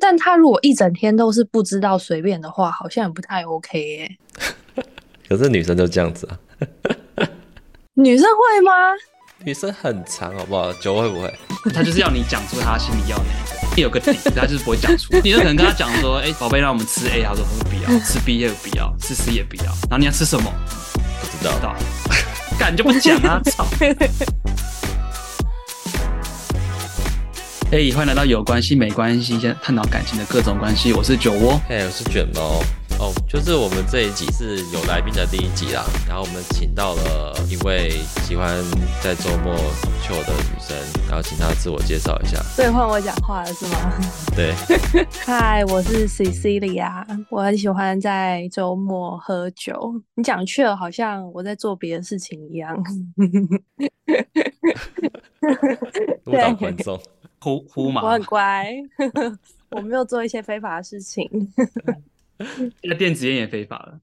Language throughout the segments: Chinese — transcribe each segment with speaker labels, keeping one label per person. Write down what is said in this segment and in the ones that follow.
Speaker 1: 但他如果一整天都是不知道随便的话，好像也不太 OK 耶、
Speaker 2: 可是女生就这样子啊，
Speaker 1: 女生会吗？
Speaker 2: 女生很长好不好？酒会不会？
Speaker 3: 他就是要你讲出他心里要的那个，有个底，他就是不会讲出。你就可能跟他讲说，哎、宝贝，让我们吃 A，他说不要，吃 B 也不要，吃 C 也不要，然后你要吃什么？
Speaker 2: 不知道
Speaker 3: 不知。道， 干你就不讲啊，操！ 哎、欢迎来到有关系没关系，先探讨感情的各种关系。我是酒窝，
Speaker 2: 嘿我是卷毛。哦，就是我们这一集是有来宾的第一集啦，然后我们请到了一位喜欢在周末秀的女生，然后请她自我介绍一下。
Speaker 1: 所以换我讲话了是吗？
Speaker 2: 对，
Speaker 1: 嗨，我是 Cecilia，我很喜欢在周末喝酒。你讲去了，好像我在做别的事情一样。
Speaker 2: 误导观众。
Speaker 3: 呼呼嘛
Speaker 1: 我，很乖， 我没有做一些非法的事情。
Speaker 3: 那电子烟也非法了。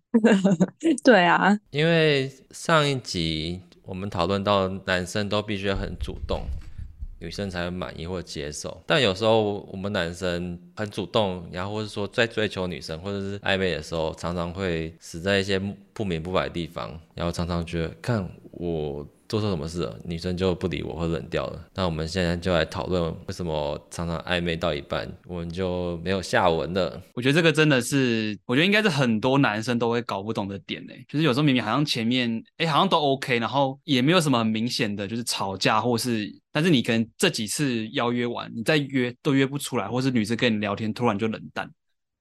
Speaker 1: 对啊，
Speaker 2: 因为上一集我们讨论到男生都必须很主动，女生才会满意或接受。但有时候我们男生很主动，然后或者说在追求女生或者是暧昧的时候，常常会死在一些不明不白的地方，然后常常觉得看我。做错什么事了，女生就不理我或冷掉了。那我们现在就来讨论为什么常常暧昧到一半，我们就没有下文了。
Speaker 3: 我觉得这个真的是，我觉得应该是很多男生都会搞不懂的点呢、就是有时候明明好像前面哎、诶好像都 OK，然后也没有什么很明显的就是吵架或是，但是你可能这几次邀约完，你再约都约不出来，或是女生跟你聊天突然就冷淡，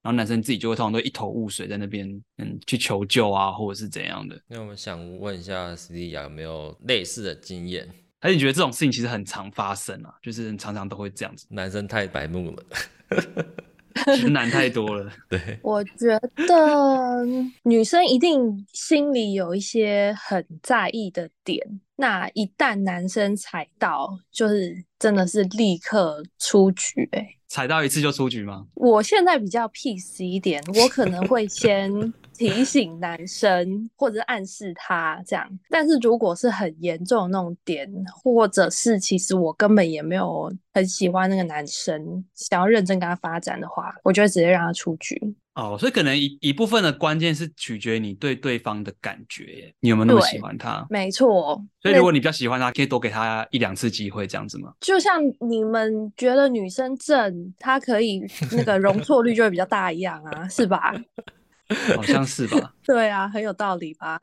Speaker 3: 然后男生自己就会通常都一头雾水在那边嗯去求救啊或者是怎样的。
Speaker 2: 那我们想问一下斯蒂亚有没有类似的经验？
Speaker 3: 而且你觉得这种事情其实很常发生啊，就是常常都会这样子，
Speaker 2: 男生太白 目了。
Speaker 3: 直男太多了。
Speaker 2: 对，
Speaker 1: 我觉得女生一定心里有一些很在意的点，那一旦男生踩到，就是真的是立刻出局、欸。
Speaker 3: 踩到一次就出局吗？
Speaker 1: 我现在比较 peace 一点，我可能会先提醒男生或者是暗示他这样。但是如果是很严重的那种点，或者是其实我根本也没有很喜欢那个男生，想要认真跟他发展的话，我就会直接让他出局。
Speaker 3: 哦，所以可能一一部分的关键是取决于你对对方的感觉耶，你有没有那么
Speaker 1: 对
Speaker 3: 喜欢他？
Speaker 1: 没错，
Speaker 3: 所以如果你比较喜欢他，可以多给他一两次机会，这样子吗？
Speaker 1: 就像你们觉得女生正，她可以那个容错率就会比较大一样啊，是吧？
Speaker 3: 好像是吧？
Speaker 1: 对啊，很有道理吧？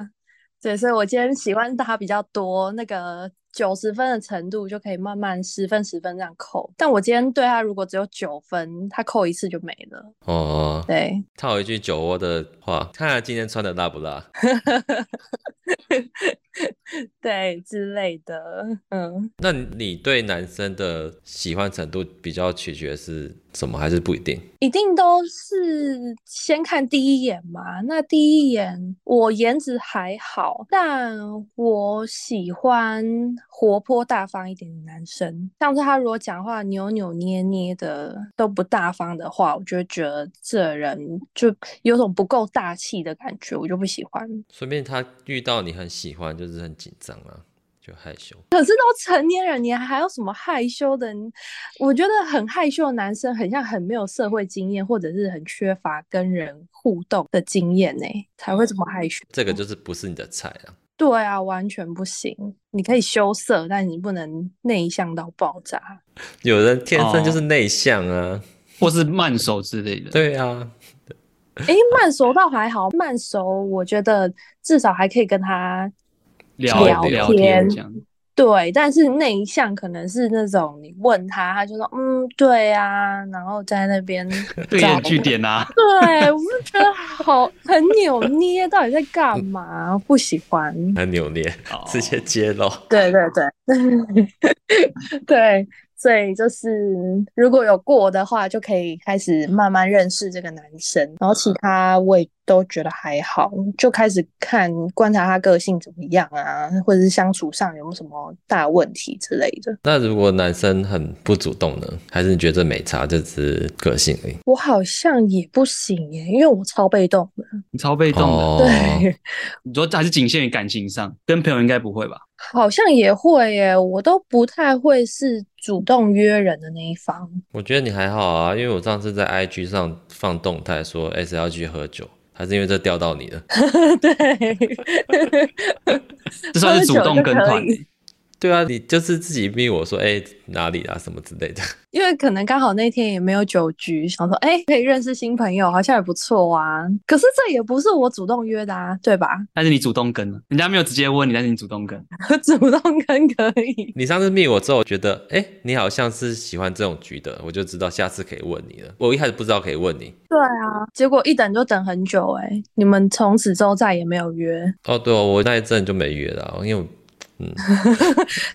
Speaker 1: 对，所以我今天喜欢他比较多，那个九十分的程度就可以慢慢十分十分这样扣。但我今天对他如果只有九分，他扣一次就没了。
Speaker 2: 哦，
Speaker 1: 对，
Speaker 2: 套一句酒窝的话，看他今天穿的辣不辣。
Speaker 1: 对之类的，嗯，
Speaker 2: 那你对男生的喜欢程度比较取决是什么，还是不一定？
Speaker 1: 一定都是先看第一眼嘛。那第一眼我颜值还好，但我喜欢活泼大方一点的男生。像是他如果讲话扭扭捏捏的都不大方的话，我就会觉得这人就有种不够大气的感觉，我就不喜欢。
Speaker 2: 顺便他遇到你很喜欢，就是很紧张啊，就害羞。
Speaker 1: 可是都成年人，你还有什么害羞的？你我觉得很害羞的男生，很像很没有社会经验，或者是很缺乏跟人互动的经验呢、才会这么害羞。
Speaker 2: 这个就是不是你的菜啊。
Speaker 1: 对啊，完全不行。你可以羞涩，但你不能内向到爆炸。
Speaker 2: 有人天生就是内向啊，
Speaker 3: 或是慢手之类的。，
Speaker 2: 对啊，
Speaker 1: 诶，慢熟倒还好，慢熟我觉得至少还可以跟他
Speaker 3: 聊
Speaker 2: 聊
Speaker 3: 聊
Speaker 1: 天
Speaker 3: 这样。
Speaker 1: 对，但是内向可能是那种你问他，他就说嗯，对啊，然后在那边
Speaker 3: 对
Speaker 1: 找
Speaker 3: 眼据点啊，
Speaker 1: 对，我就觉得好很扭捏，到底在干嘛？不喜欢。
Speaker 2: 很扭捏，
Speaker 3: 哦
Speaker 2: 直接揭露。
Speaker 1: 对对对，对，所以就是如果有过的话，就可以开始慢慢认识这个男生，然后其他我也都觉得还好，就开始看观察他个性怎么样啊，或者是相处上有没有什么大问题之类的。
Speaker 2: 那如果男生很不主动呢？还是你觉得这没差，这只是个性而已？
Speaker 1: 我好像也不行耶，因为我超被动的。
Speaker 3: 你超被动的。
Speaker 2: 哦
Speaker 1: 对，
Speaker 3: 你说还是仅限于感情上，跟朋友应该不会吧？
Speaker 1: 好像也会耶，我都不太会是主动约人的那一方。
Speaker 2: 我觉得你还好啊，因为我上次在 IG 上放动态说 S 要去喝酒，还是因为这钓到你了。
Speaker 1: 对，
Speaker 3: 这算是主动跟
Speaker 1: 喝酒就可
Speaker 3: 团
Speaker 1: 以
Speaker 3: 欸。
Speaker 2: 对啊，你就是自己密我说，哎、哪里啊，什么之类的。
Speaker 1: 因为可能刚好那天也没有酒局，想说哎、可以认识新朋友，好像也不错啊。可是这也不是我主动约的啊，对吧？
Speaker 3: 但是你主动跟了，人家没有直接问你，但是你主动跟，
Speaker 1: 主动跟可以，
Speaker 2: 你上次密我之后，我觉得，哎、你好像是喜欢这种局的，我就知道下次可以问你了。我一开始不知道可以问你。
Speaker 1: 对啊。结果一等就等很久、哎，你们从此之后再也没有约。
Speaker 2: 哦，对哦，我那一阵就没约了啊，因为我，嗯，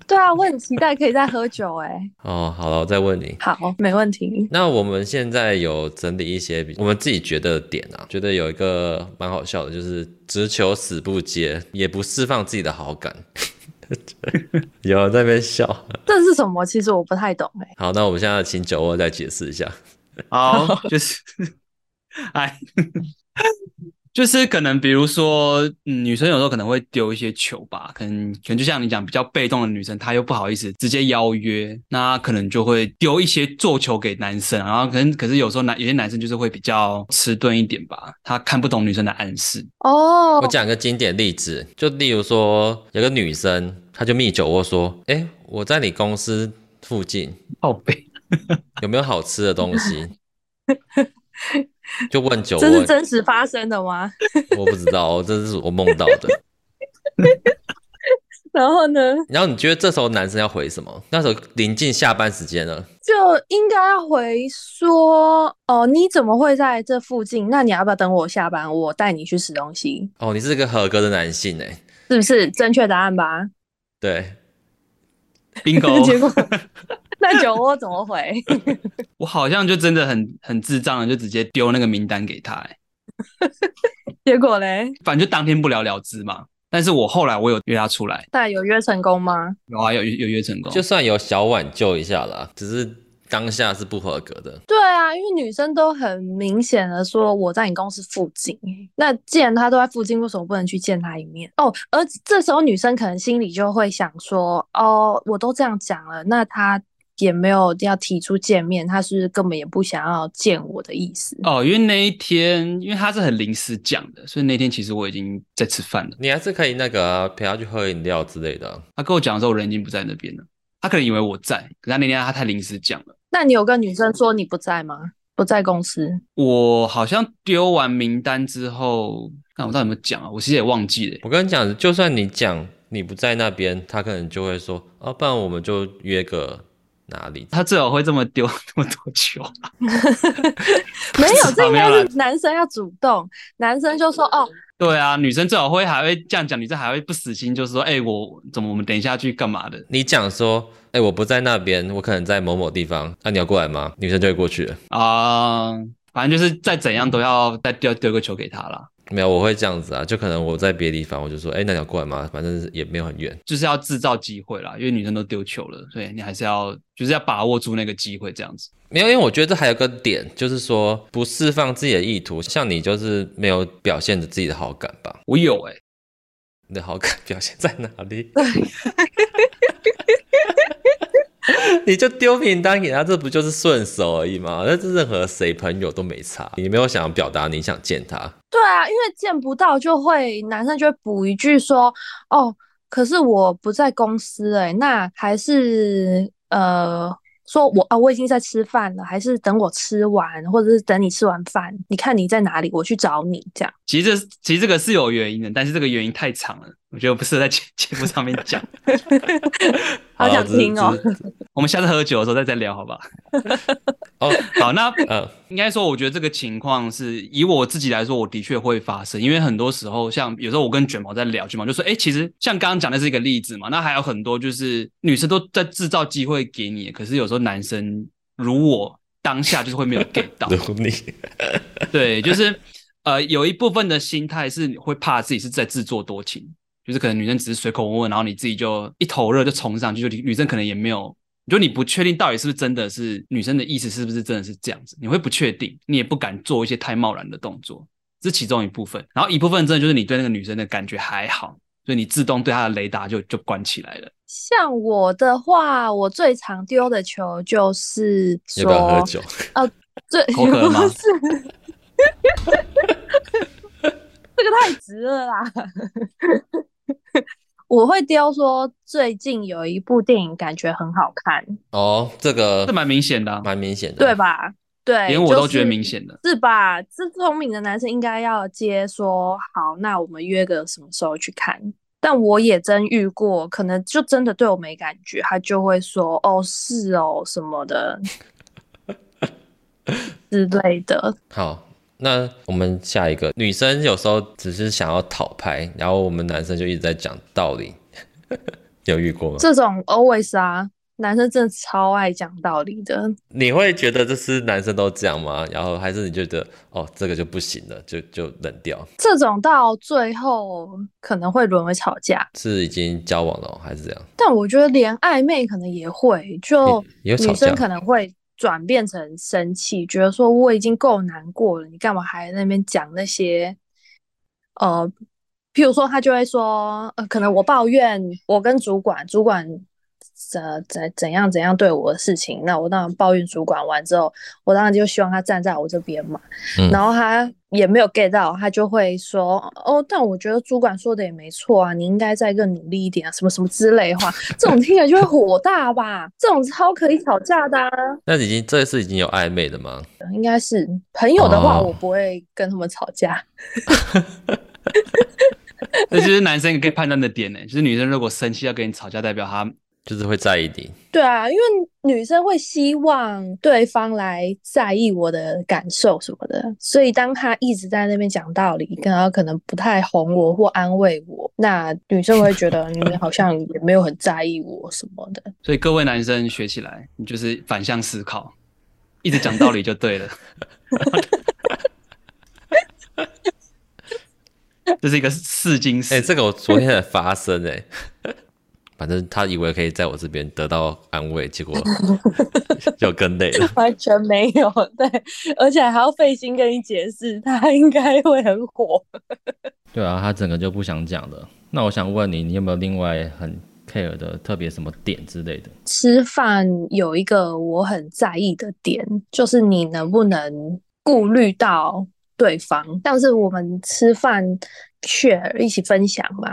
Speaker 1: 对啊，我很期待可以再喝酒、哎，
Speaker 2: 哦，好了，我再问你。
Speaker 1: 好，没问题。
Speaker 2: 那我们现在有整理一些比我们自己觉得的点啊，觉得有一个蛮好笑的，就是直球死不接，也不释放自己的好感。 有人在那边笑。
Speaker 1: 这是什么？其实我不太懂、哎，
Speaker 2: 好，那我们现在请酒窝再解释一下。
Speaker 3: 好，就是， 哎， 就是可能比如说，嗯，女生有时候可能会丢一些球吧，可能可能就像你讲比较被动的女生，她又不好意思直接邀约，那可能就会丢一些做球给男生，然后可能可是有时候男有些男生就是会比较迟钝一点吧，他看不懂女生的暗示，
Speaker 1: 哦
Speaker 2: 我，讲个经典例子，就例如说，有个女生，她就密酒窝说：“哎、我在你公司附近
Speaker 3: 靠背，
Speaker 2: 有没有好吃的东西？” 就问酒窝
Speaker 1: 这，是真实发生的吗？
Speaker 2: 我不知道，这是我梦到的。
Speaker 1: 然后呢，
Speaker 2: 然后你觉得这时候男生要回什么？那时候临近下班时间了，
Speaker 1: 就应该要回说，哦，你怎么会在这附近？那你要不要等我下班，我带你去吃东西？
Speaker 2: 哦，你是个合格的男性哎、
Speaker 1: 是不是正确答案吧？
Speaker 2: 对，
Speaker 1: 结
Speaker 3: bingo，
Speaker 1: 果那酒窝怎么回？
Speaker 3: 我好像就真的很很智障了，就直接丢那个名单给他、哎
Speaker 1: 结果嘞，
Speaker 3: 反正就当天不了了之嘛。但是我后来我有约他出来，
Speaker 1: 那有约成功吗？
Speaker 3: 有啊，有有有约成功，
Speaker 2: 就算有小挽救一下啦，只是当下是不合格的。
Speaker 1: 对啊，因为女生都很明显的说我在你公司附近，那既然他都在附近，为什么不能去见他一面？哦，而这时候女生可能心里就会想说，哦，我都这样讲了，那他也没有要提出见面，他是不是根本也不想要见我的意思。
Speaker 3: 哦，因为那一天，因为他是很临时讲的，所以那天其实我已经在吃饭了。
Speaker 2: 你还是可以那个、啊、陪她去喝饮料之类的啊、
Speaker 3: 他跟我讲的时候，我人已经不在那边了。他可能以为我在，可是他那天他太临时讲了。
Speaker 1: 那你有跟女生说你不在吗？不在公司，
Speaker 3: 我好像丢完名单之后，看我到底有没有讲啊？我其实也忘记了、
Speaker 2: 我跟你讲，就算你讲你不在那边，他可能就会说，哦，不然我们就约个哪里。
Speaker 3: 他最好会这么丢 那么多球，
Speaker 1: 没 有，这应
Speaker 3: 没有
Speaker 1: 该
Speaker 3: 啦
Speaker 1: 是男生要主动，男生就说哦，
Speaker 3: 对啊，女生最好会还会这样讲，女生还会不死心，就是说，哎、我怎么我们等一下去干嘛的？
Speaker 2: 你讲说，哎、我不在那边，我可能在某某地方，那、你要过来吗？女生就会过去了。
Speaker 3: 啊、反正就是再怎样都要再丢丢个球给他啦，
Speaker 2: 没有，我会这样子啊，就可能我在别的地方，我就说，哎、那你要过来吗？反正也没有很远。
Speaker 3: 就是要制造机会啦，因为女生都丢球了，所以你还是要就是要把握住那个机会这样子。
Speaker 2: 没有，因为我觉得这还有个点，就是说不释放自己的意图，像你就是没有表现着自己的好感吧？
Speaker 3: 我有哎、
Speaker 2: 你的好感表现在哪里？ 你就丢名单给他，这不就是顺手而已吗？那这任何谁朋友都没差，你没有想表达你想见他，
Speaker 1: 对啊，因为见不到就会男生就会补一句说，哦，可是我不在公司诶、那还是呃说我啊、我已经在吃饭了，还是等我吃完，或者是等你吃完饭，你看你在哪里，我去找你这样。
Speaker 3: 其实这其实这个是有原因的，但是这个原因太长了，我觉得不适合在节 节目上面讲。
Speaker 1: 好
Speaker 2: 啦
Speaker 1: 想
Speaker 2: 只是
Speaker 1: 听哦
Speaker 2: 只是
Speaker 3: 我们下次喝酒的时候再再聊，好吧？
Speaker 2: 哦，
Speaker 3: 好，那
Speaker 2: 呃，
Speaker 3: 应该说，我觉得这个情况是以我自己来说，我的确会发生，因为很多时候，像有时候我跟卷毛在聊，卷毛就说：“哎、其实像刚刚讲的是一个例子嘛，那还有很多就是女生都在制造机会给你，可是有时候男生如我当下就是会没有 get 到，
Speaker 2: 如你，
Speaker 3: 对，就是呃有一部分的心态是会怕自己是在自作多情，就是可能女生只是随口问问，然后你自己就一头热就冲上去，就女女生可能也没有。就你不确定到底是不是真的是女生的意思，是不是真的是这样子，你会不确定，你也不敢做一些太贸然的动作。这是其中一部分。然后一部分真的就是你对那个女生的感觉还好，所以你自动对她的雷达就就关起来了。
Speaker 1: 像我的话，我最常丢的球就是
Speaker 2: 要不要喝
Speaker 1: 说，
Speaker 2: 酒？
Speaker 1: 最
Speaker 3: 口渴了吗
Speaker 1: 不是， 这个太直了啦。 我会丢说最近有一部电影感觉很好看，
Speaker 2: 哦，这个
Speaker 3: 这蛮明显的啊
Speaker 2: 蛮明显的，
Speaker 1: 对？吧？对，
Speaker 3: 连我
Speaker 1: 就
Speaker 3: 都觉得
Speaker 1: 是
Speaker 3: 明显的
Speaker 1: 是吧？这聪明的男生应该要接说好，那我们约个什么时候去看？但我也真遇过，可能就真的对我没感觉，他就会说哦是哦什么 的之类的。
Speaker 2: 好，那我们下一个，女生有时候只是想要讨拍，然后我们男生就一直在讲道理， 有遇过吗？
Speaker 1: 这种 always 啊，男生真的超爱讲道理的。
Speaker 2: 你会觉得这是男生都这样吗？然后还是你觉得哦，这个就不行了，就就冷掉？
Speaker 1: 这种到最后可能会沦为吵架，
Speaker 2: 是已经交往了哦还是怎样？
Speaker 1: 但我觉得连暧昧可能也会，就
Speaker 2: 也也有吵
Speaker 1: 女生
Speaker 2: 架
Speaker 1: 可能会转变成生气，觉得说我已经够难过了，你干嘛还在那边讲那些？呃，譬如说，他就会说，呃，可能我抱怨我跟主管，主管怎怎怎样怎样对我的事情，那我当然抱怨主管完之后，我当然就希望他站在我这边嘛。
Speaker 2: 嗯
Speaker 1: 然后他也没有 get 到，他就会说，哦，但我觉得主管说的也没错啊，你应该再更努力一点啊，什么什么之类的 话，这种听起来就会火大吧？这种超可以吵架的、啊，
Speaker 2: 那已经这次已经有暧昧的吗？
Speaker 1: 应该是朋友的话，
Speaker 2: 哦
Speaker 1: 我不会跟他们吵架。
Speaker 3: 这就是男生可以判断的点呢、就是女生如果生气要跟你吵架，代表她
Speaker 2: 就是会在意你，
Speaker 1: 对啊，因为女生会希望对方来在意我的感受什么的，所以当他一直在那边讲道理，然后可能不太哄我或安慰我，那女生会觉得你好像也没有很在意我什么的。
Speaker 3: 所以各位男生学起来，你就是反向思考，一直讲道理就对了。这是一个试金石。
Speaker 2: 哎、这个我昨天才发生哎、 反正他以为可以在我这边得到安慰，结果 就更累了。
Speaker 1: 完全没有，对，而且还要费心跟你解释， 他应该会很火。
Speaker 2: 对啊，他整个就不想讲了。那我想问你，你有没有另外很 care 的特别什么点之类的？
Speaker 1: 吃饭有一个我很在意的点，就是你能不能顾虑到对方。像是我们吃饭 share 一起分享嘛，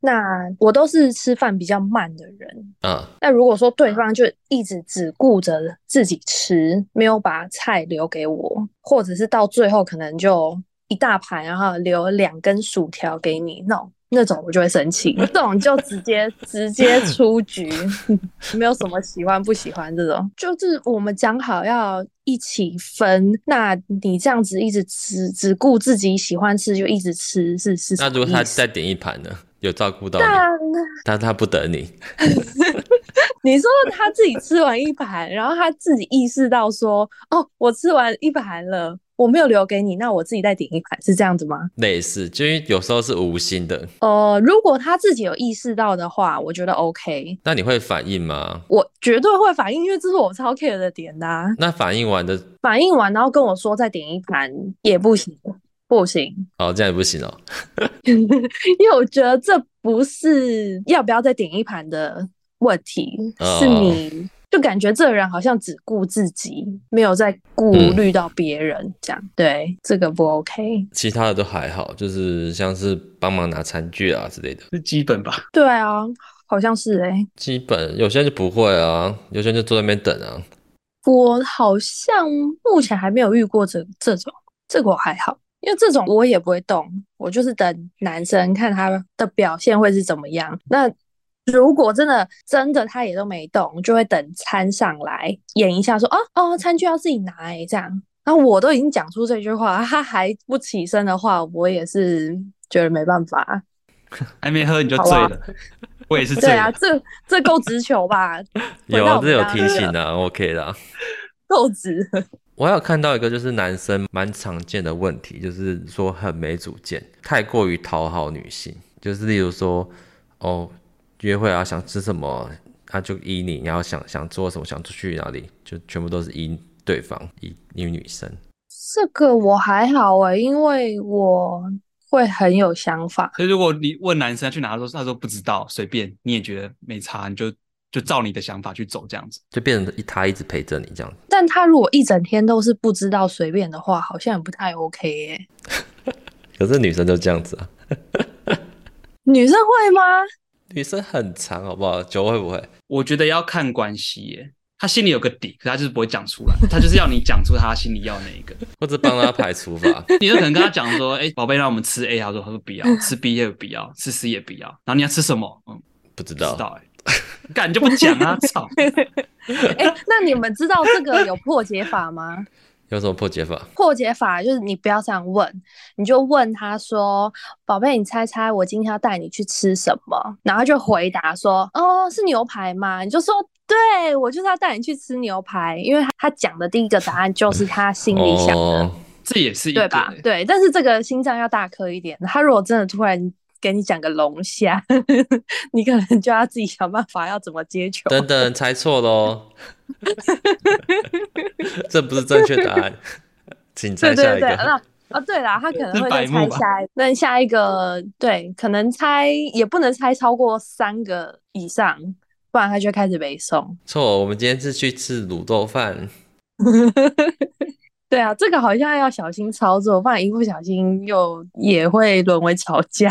Speaker 1: 那我都是吃饭比较慢的人。
Speaker 2: 啊，
Speaker 1: 那如果说对方就一直只顾着自己吃，没有把菜留给我，或者是到最后可能就一大盘，然后留两根薯条给你，那种那种我就会生气，这种就直接直接出局， 没有什么喜欢不喜欢这种，就是我们讲好要一起分，那你这样子一直吃，只顾自己喜欢吃就一直吃，是是什
Speaker 2: 那
Speaker 1: 么意思？
Speaker 2: 如果他再点一盘呢？有照顾到你，
Speaker 1: 但
Speaker 2: 但他不等你，
Speaker 1: 你说他自己吃完一盘，然后他自己意识到说：“哦，我吃完一盘了，我没有留给你，那我自己再点一盘，是这样子吗
Speaker 2: 类似，就因为有时候是无心的。？”
Speaker 1: 呃，如果他自己有意识到的话，我觉得 OK，
Speaker 2: 那你会反应吗？
Speaker 1: 我绝对会反应，因为这是我超 care 的点的啊、
Speaker 2: 那反应完的，
Speaker 1: 反应完然后跟我说再点一盘也不行，不行，
Speaker 2: 哦，这样也不行哦。
Speaker 1: 因为我觉得这不是要不要再点一盘的问题，
Speaker 2: 哦
Speaker 1: 是你。就感觉这个人好像只顾自己，没有在顾虑到别人，这样、对这个不 OK。
Speaker 2: 其他的都还好，就是像是帮忙拿餐具啊之类的，
Speaker 3: 是基本吧？
Speaker 1: 对啊，好像是哎、
Speaker 2: 基本有些人就不会啊，有些人就坐在那边等啊。
Speaker 1: 我好像目前还没有遇过这这种，这个我还好，因为这种我也不会动，我就是等男生看他的表现会是怎么样。那如果真的真的他也都没动，就会等餐上来演一下说，哦哦，餐具要自己拿哎、这样。然后我都已经讲出这句话， 他还不起身的话，我也是觉得没办法。
Speaker 3: 还没喝你就醉
Speaker 1: 好啊
Speaker 3: 了，我也是
Speaker 1: 对
Speaker 3: 醉
Speaker 1: 啊，
Speaker 3: 了。
Speaker 1: 这这够直球吧？ 回
Speaker 2: 有
Speaker 1: 到
Speaker 2: 啊
Speaker 1: 我，
Speaker 2: 这
Speaker 1: 们
Speaker 2: 有
Speaker 1: 刚刚
Speaker 2: 提
Speaker 1: 那
Speaker 2: 醒
Speaker 1: 个
Speaker 2: 啊，OK 啦。
Speaker 1: 够直。
Speaker 2: 我还有看到一个就是男生蛮常见的问题，就是说很没主见，太过于讨好女性，就是例如说，哦，约会啊想吃什么，他、就依你，然后想想做什么，想出去哪里，就全部都是依对方依依女生。
Speaker 1: 这个我还好哎、因为我会很有想法。
Speaker 3: 所以如果你问男生去哪，他说他说不知道，随便，你也觉得没差，你就就照你的想法去走这样子。
Speaker 2: 就变成一他一直陪着你这样子。
Speaker 1: 但他如果一整天都是不知道随便的话，好像也不太 OK 欸耶、
Speaker 2: 可是女生就这样子啊，
Speaker 1: 女生会吗？
Speaker 2: 女生很长好不好？酒会不会？
Speaker 3: 我觉得要看关系耶，他心里有个底，可是他就是不会讲出来，他就是要你讲出他心里要那一个。
Speaker 2: 或者帮她排除法？
Speaker 3: 你就可能跟他讲说，哎、宝贝，让我们吃 A，他说他说不要，吃 B 也不要，吃 C 也不要，然后你要吃什么？嗯，
Speaker 2: 不知
Speaker 3: 不知
Speaker 2: 道，
Speaker 3: 道哎、欸，干你就不讲啊，操！
Speaker 1: 哎、那你们知道这个有破解法吗？
Speaker 2: 有什么破解法？
Speaker 1: 破解法就是你不要这样问，你就问他说：“宝贝，你猜猜我今天要带你去吃什么？”然后他就回答说：“哦，是牛排吗？”你就说：“对，我就是要带你去吃牛排。”因为他他讲的第一个答案就是他心里想的，
Speaker 2: 哦，
Speaker 3: 这也是一个、
Speaker 1: 对吧？
Speaker 3: 欸
Speaker 1: 对，但是这个心脏要大颗一点。他如果真的突然给你讲个龙虾， 你可能就要自己想办法要怎么接球。
Speaker 2: 等等，猜错喽，这不是正确答案，请
Speaker 1: 对
Speaker 2: 猜
Speaker 1: 对
Speaker 2: 下一
Speaker 1: 对，
Speaker 2: 个。
Speaker 1: 那啊，对啦，他可能
Speaker 3: 是
Speaker 1: 会再
Speaker 3: 白
Speaker 1: 猜
Speaker 3: 目吧
Speaker 1: 下一，那下一个对，可能猜也不能猜超过三个以上，不然他就开始背诵。
Speaker 2: 错，我们今天是去吃卤肉饭，
Speaker 1: 对啊，这个好像要小心操作，不然一不小心又也会沦为吵架。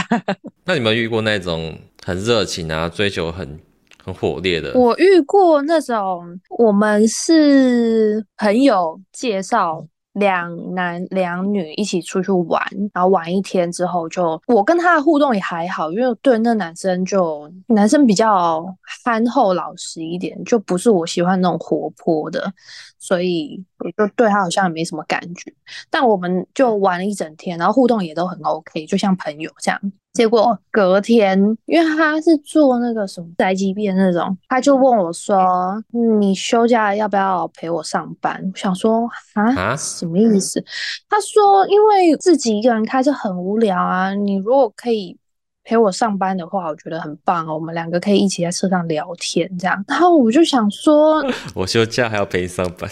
Speaker 2: 那你们遇过那种很热情啊，追求很很火烈的？
Speaker 1: 我遇过那种，我们是朋友介绍两男两女一起出去玩，然后玩一天之后就，我跟他的互动也还好，因为对那男生就男生比较憨厚老实一点，就不是我喜欢那种活泼的，所以我就对他好像也没什么感觉。但我们就玩了一整天，然后互动也都很 OK，就像朋友这样。结果隔天，因为他是做那个什么宅急便那种，他就问我说：“你休假要不要陪我上班？”我想说
Speaker 2: 啊
Speaker 1: 啊，什么意思？他说：“因为自己一个人开车很无聊啊，你如果可以陪我上班的话，我觉得很棒哦，我们两个可以一起在车上聊天这样。”然后我就想说，
Speaker 2: 我休假还要陪你上班，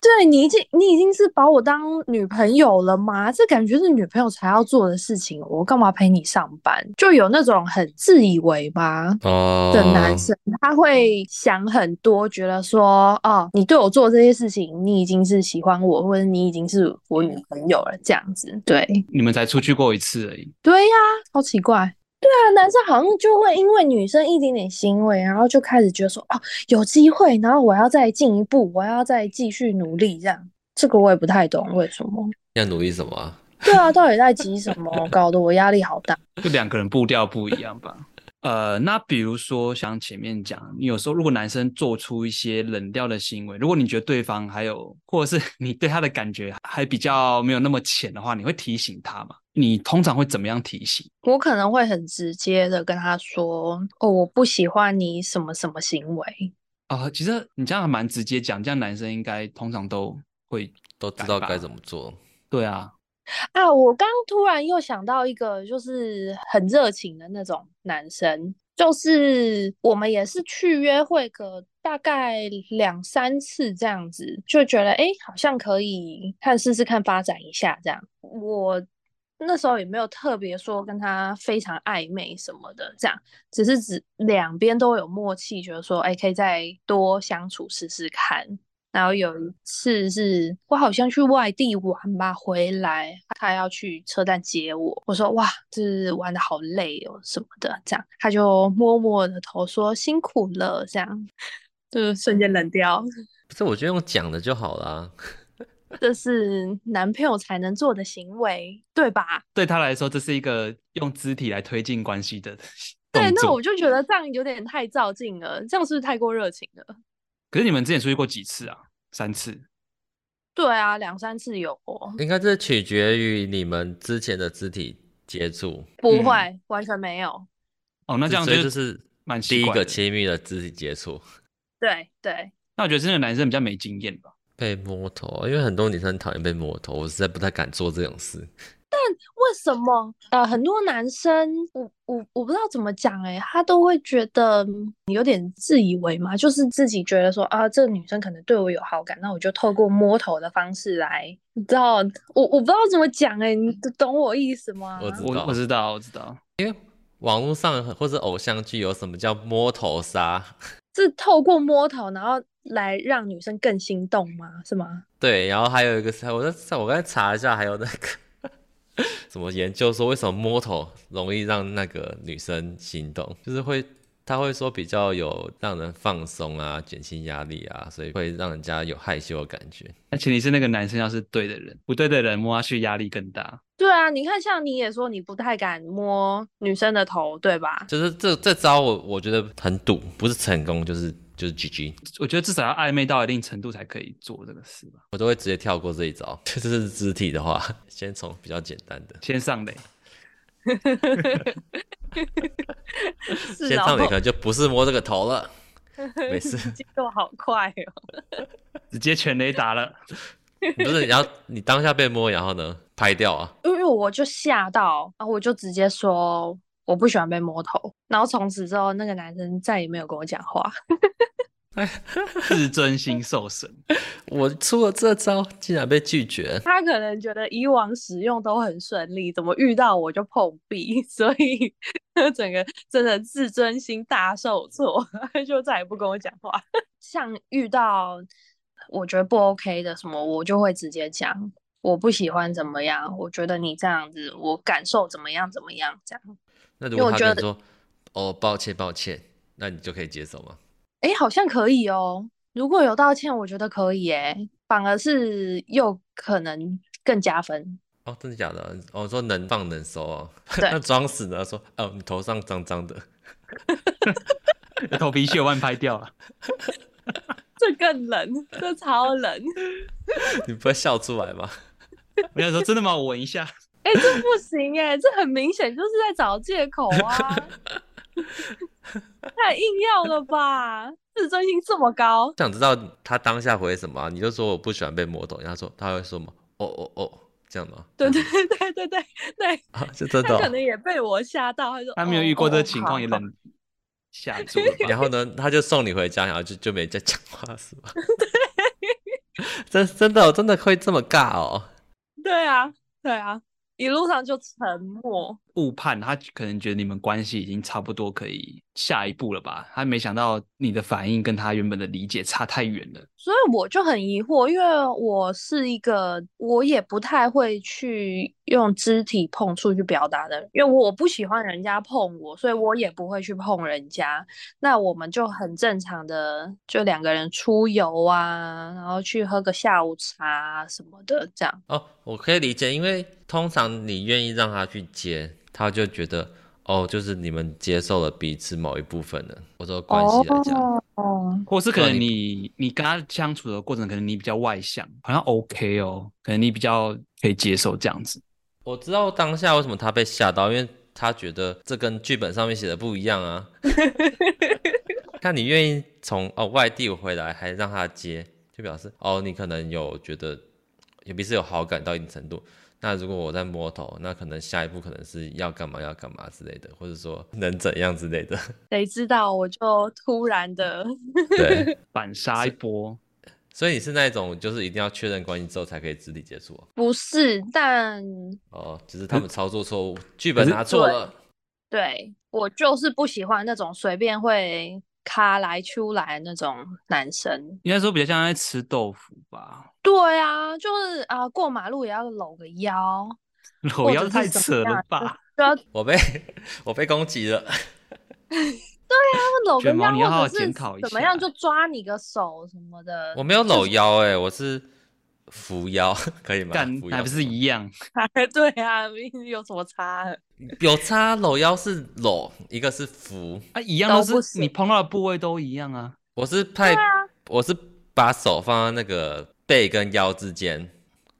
Speaker 1: 对你已经你已经是把我当女朋友了吗？这感觉是女朋友才要做的事情，哦我干嘛陪你上班？就有那种很自以为吧。
Speaker 2: 哦，
Speaker 1: 的男生，他会想很多，觉得说，哦，你对我做这些事情，你已经是喜欢我，或者你已经是我女朋友了，这样子。对，
Speaker 3: 你们才出去过一次而已，
Speaker 1: 对呀、超奇怪。对啊，男生好像就会因为女生一点点行为，然后就开始觉得说，哦，有机会，然后我要再进一步，我要再继续努力，这样。这个我也不太懂为什么。
Speaker 2: 要努力什么啊？
Speaker 1: 对啊，到底在急什么？搞得我压力好大。
Speaker 3: 就两个人步调不一样吧。呃，那比如说像前面讲，你有时候如果男生做出一些冷调的行为，如果你觉得对方还有，或者是你对他的感觉还比较没有那么浅的话，你会提醒他吗？你通常会怎么样提醒？
Speaker 1: 我可能会很直接的跟他说，哦，我不喜欢你什么什么行为。
Speaker 3: 啊、其实你这样还蛮直接讲，这样男生应该通常都会
Speaker 2: 都知道
Speaker 3: 改吧
Speaker 2: 该怎么做。
Speaker 3: 对啊，
Speaker 1: 啊，我刚突然又想到一个，就是很热情的那种男生，就是我们也是去约会个大概两三次这样子，就觉得诶好像可以看试试看发展一下这样。我那时候也没有特别说跟他非常暧昧什么的，这样只是指两边都有默契，觉得说诶可以再多相处试试看。然后有一次是我好像去外地玩吧，回来他要去车站接我，我说哇，这玩的好累哦什么的，这样他就摸摸我的头说辛苦了，这样就是瞬间冷掉，
Speaker 2: 不是，我就用讲的就好啦。
Speaker 1: 这是男朋友才能做的行为，对吧？
Speaker 3: 对他来说，这是一个用肢体来推进关系的
Speaker 1: 对，
Speaker 3: 动
Speaker 1: 那
Speaker 3: 作
Speaker 1: 我就觉得这样有点太照镜了，这样是不是太过热情了？
Speaker 3: 可是你们之前出去过几次啊？三次。
Speaker 1: 对啊，两三次有哦，
Speaker 2: 应该这取决于你们之前的肢体接触，
Speaker 1: 不
Speaker 3: 嗯
Speaker 1: 会，完全没有。
Speaker 3: 哦，那这样
Speaker 2: 所以
Speaker 3: 就
Speaker 2: 就是
Speaker 3: 蛮奇
Speaker 2: 第一
Speaker 3: 怪
Speaker 2: 个
Speaker 3: 的
Speaker 2: 亲密的肢体接触，
Speaker 1: 对对，
Speaker 3: 那我觉得真的男生比较没经验吧。
Speaker 2: 被摸头，因为很多女生很讨厌被摸头，我实在不太敢做这种事。
Speaker 1: 但为什么呃很多男生我我我不知道怎么讲哎、他都会觉得嗯有点自以为嘛，就是自己觉得说啊这个女生可能对我有好感，那我就透过摸头的方式来，你知道我我不知道怎么讲哎、你懂我意思吗？
Speaker 2: 我知
Speaker 3: 我
Speaker 2: 道
Speaker 3: 我知道，我知道。
Speaker 2: 网络上或是偶像剧有什么叫摸头杀？
Speaker 1: 是透过摸头然后来让女生更心动吗？是吗？
Speaker 2: 对，然后还有一个是，我在我刚才查一下，还有那个什么研究说为什么摸头容易让那个女生心动，就是会他会说比较有让人放松啊，减轻压力啊，所以会让人家有害羞的感觉。
Speaker 3: 那前提是那个男生要是对的人，不对的人摸下去压力更大。
Speaker 1: 对啊，你看，像你也说你不太敢摸女生的头，对吧？
Speaker 2: 就是这这招我我觉得很赌，不是成功就是就是 GG，
Speaker 3: 我觉得至少要暧昧到一定程度才可以做这个事吧。
Speaker 2: 我都会直接跳过这一招。 这是肢体的话，先从比较简单的，
Speaker 3: 先上垒，
Speaker 1: 是
Speaker 2: 先上
Speaker 1: 哦
Speaker 2: 你 可能就不是摸这个头了。没事
Speaker 1: 节奏好快哦。
Speaker 3: 直接全垒打了。
Speaker 2: 不是，然后你当下被摸，然后呢拍掉啊？
Speaker 1: 因为我就吓到，然后我就直接说我不喜欢被摸头，然后从此之后那个男生再也没有跟我讲话。
Speaker 3: 自尊心受损，
Speaker 2: 我出了这招，竟然被拒绝。
Speaker 1: 他可能觉得以往使用都很顺利，怎么遇到我就碰壁， 所以整个真的自尊心大受挫， 就再也不跟我讲话。 像遇到我觉得不 OK 的什么，我就会直接讲。我不喜欢怎么样，我觉得你这样子，我感受怎么样怎么样这样。
Speaker 2: 那
Speaker 1: 因
Speaker 2: 如
Speaker 1: 为
Speaker 2: 果
Speaker 1: 我
Speaker 2: 他
Speaker 1: 觉
Speaker 2: 跟
Speaker 1: 得
Speaker 2: 你说“哦，抱歉，抱歉”，那你就可以接受吗？
Speaker 1: 诶，好像可以哦。如果有道歉，我觉得可以诶，反而是又可能更加分。
Speaker 2: 哦，真的假的？哦，说能放能收哦。
Speaker 1: 对
Speaker 2: 那装死呢？说哦，你头上脏脏的，
Speaker 3: 头皮屑万拍掉了。
Speaker 1: 这更冷，这超冷。
Speaker 2: 你不会笑出来吗？
Speaker 3: 没有说真的吗？我闻一 下。
Speaker 1: 哎、这 不行哎、这很明显就是在找借口 啊！太硬要了吧？自尊心这么高，
Speaker 2: 想知道他当下回什么啊、你就说我不喜欢被摸头，然后说他会说什么？哦哦哦，这样的吗？
Speaker 1: 对对对对对对，
Speaker 2: 啊， 是真的
Speaker 1: 他
Speaker 2: 哦、
Speaker 1: 可能也被我吓到，他说
Speaker 3: 他没有
Speaker 1: 哦
Speaker 3: 遇过这
Speaker 1: 哦
Speaker 3: 个情
Speaker 1: 好
Speaker 3: 况，也冷吓住了吧。
Speaker 2: 然后呢，他就送你回家，然后就就没再讲话，是吧？ 真真的、哦、真的会这么尬哦？
Speaker 1: 对啊对啊，一路上就沉默。
Speaker 3: 误判，他可能觉得你们关系已经差不多可以下一步了吧？他没想到你的反应跟他原本的理解差太远了。
Speaker 1: 所以我就很疑惑，因为我是一个我也不太会去用肢体碰触去表达的人，因为我不喜欢人家碰我，所以我也不会去碰人家。那我们就很正常的，就两个人出游啊，然后去喝个下午茶啊什么的，这样。
Speaker 2: 哦，我可以理解，因为通常你愿意让他去接，他就觉得哦，就是你们接受了彼此某一部分了。我说关系来讲，
Speaker 1: 哦，
Speaker 3: 或是可能
Speaker 2: 对
Speaker 3: 你你跟他相处的过程，可能你比较外向，好像 OK 哦，可能你比较可以接受这样子。
Speaker 2: 我知道当下为什么他被吓到，因为他觉得这跟剧本上面写的不一样啊。看你愿意从哦外地回来，还让他接，就表示哦你可能有觉得也彼此有好感到一定程度。那如果我在摸头，那可能下一步可能是要干嘛要干嘛之类的，或者说 能怎样之类的。
Speaker 1: 谁知道我就突然的
Speaker 2: 对。
Speaker 3: 反杀一波，
Speaker 2: 所以你是那种就是一定要确认关系之后才可以肢体接触哦
Speaker 1: 不是，但
Speaker 2: 哦，只是他们操作错误，剧本拿错了。
Speaker 1: 对，我就是不喜欢那种随便会卡来出来那种男生。
Speaker 3: 应该说比较像在吃豆腐吧。
Speaker 1: 对啊，就是啊、过马路也要搂个腰，
Speaker 3: 我
Speaker 1: 或
Speaker 3: 要
Speaker 1: 者
Speaker 3: 太
Speaker 1: 是怎么
Speaker 3: 扯了
Speaker 1: 样
Speaker 3: 吧？
Speaker 1: 就要
Speaker 2: 我被 我被攻击了，
Speaker 1: 搂个
Speaker 3: 卷毛
Speaker 1: 腰，
Speaker 3: 你要好
Speaker 1: 或
Speaker 3: 好
Speaker 1: 者是
Speaker 3: 检讨一
Speaker 1: 怎么样
Speaker 3: 下
Speaker 1: 就抓你个手什么的。
Speaker 2: 我没有搂腰哎、我是扶腰， 可以吗？
Speaker 3: 干
Speaker 2: 扶腰
Speaker 3: 还不是一样？
Speaker 1: 对啊，有什么差？
Speaker 2: 有差？搂腰是搂，一个是扶，
Speaker 3: 啊，一样
Speaker 1: 都
Speaker 3: 都
Speaker 1: 不
Speaker 3: 是你
Speaker 1: 行
Speaker 3: 碰到的部位都一样啊。
Speaker 2: 我是派，我是把手放在那个背跟腰之间，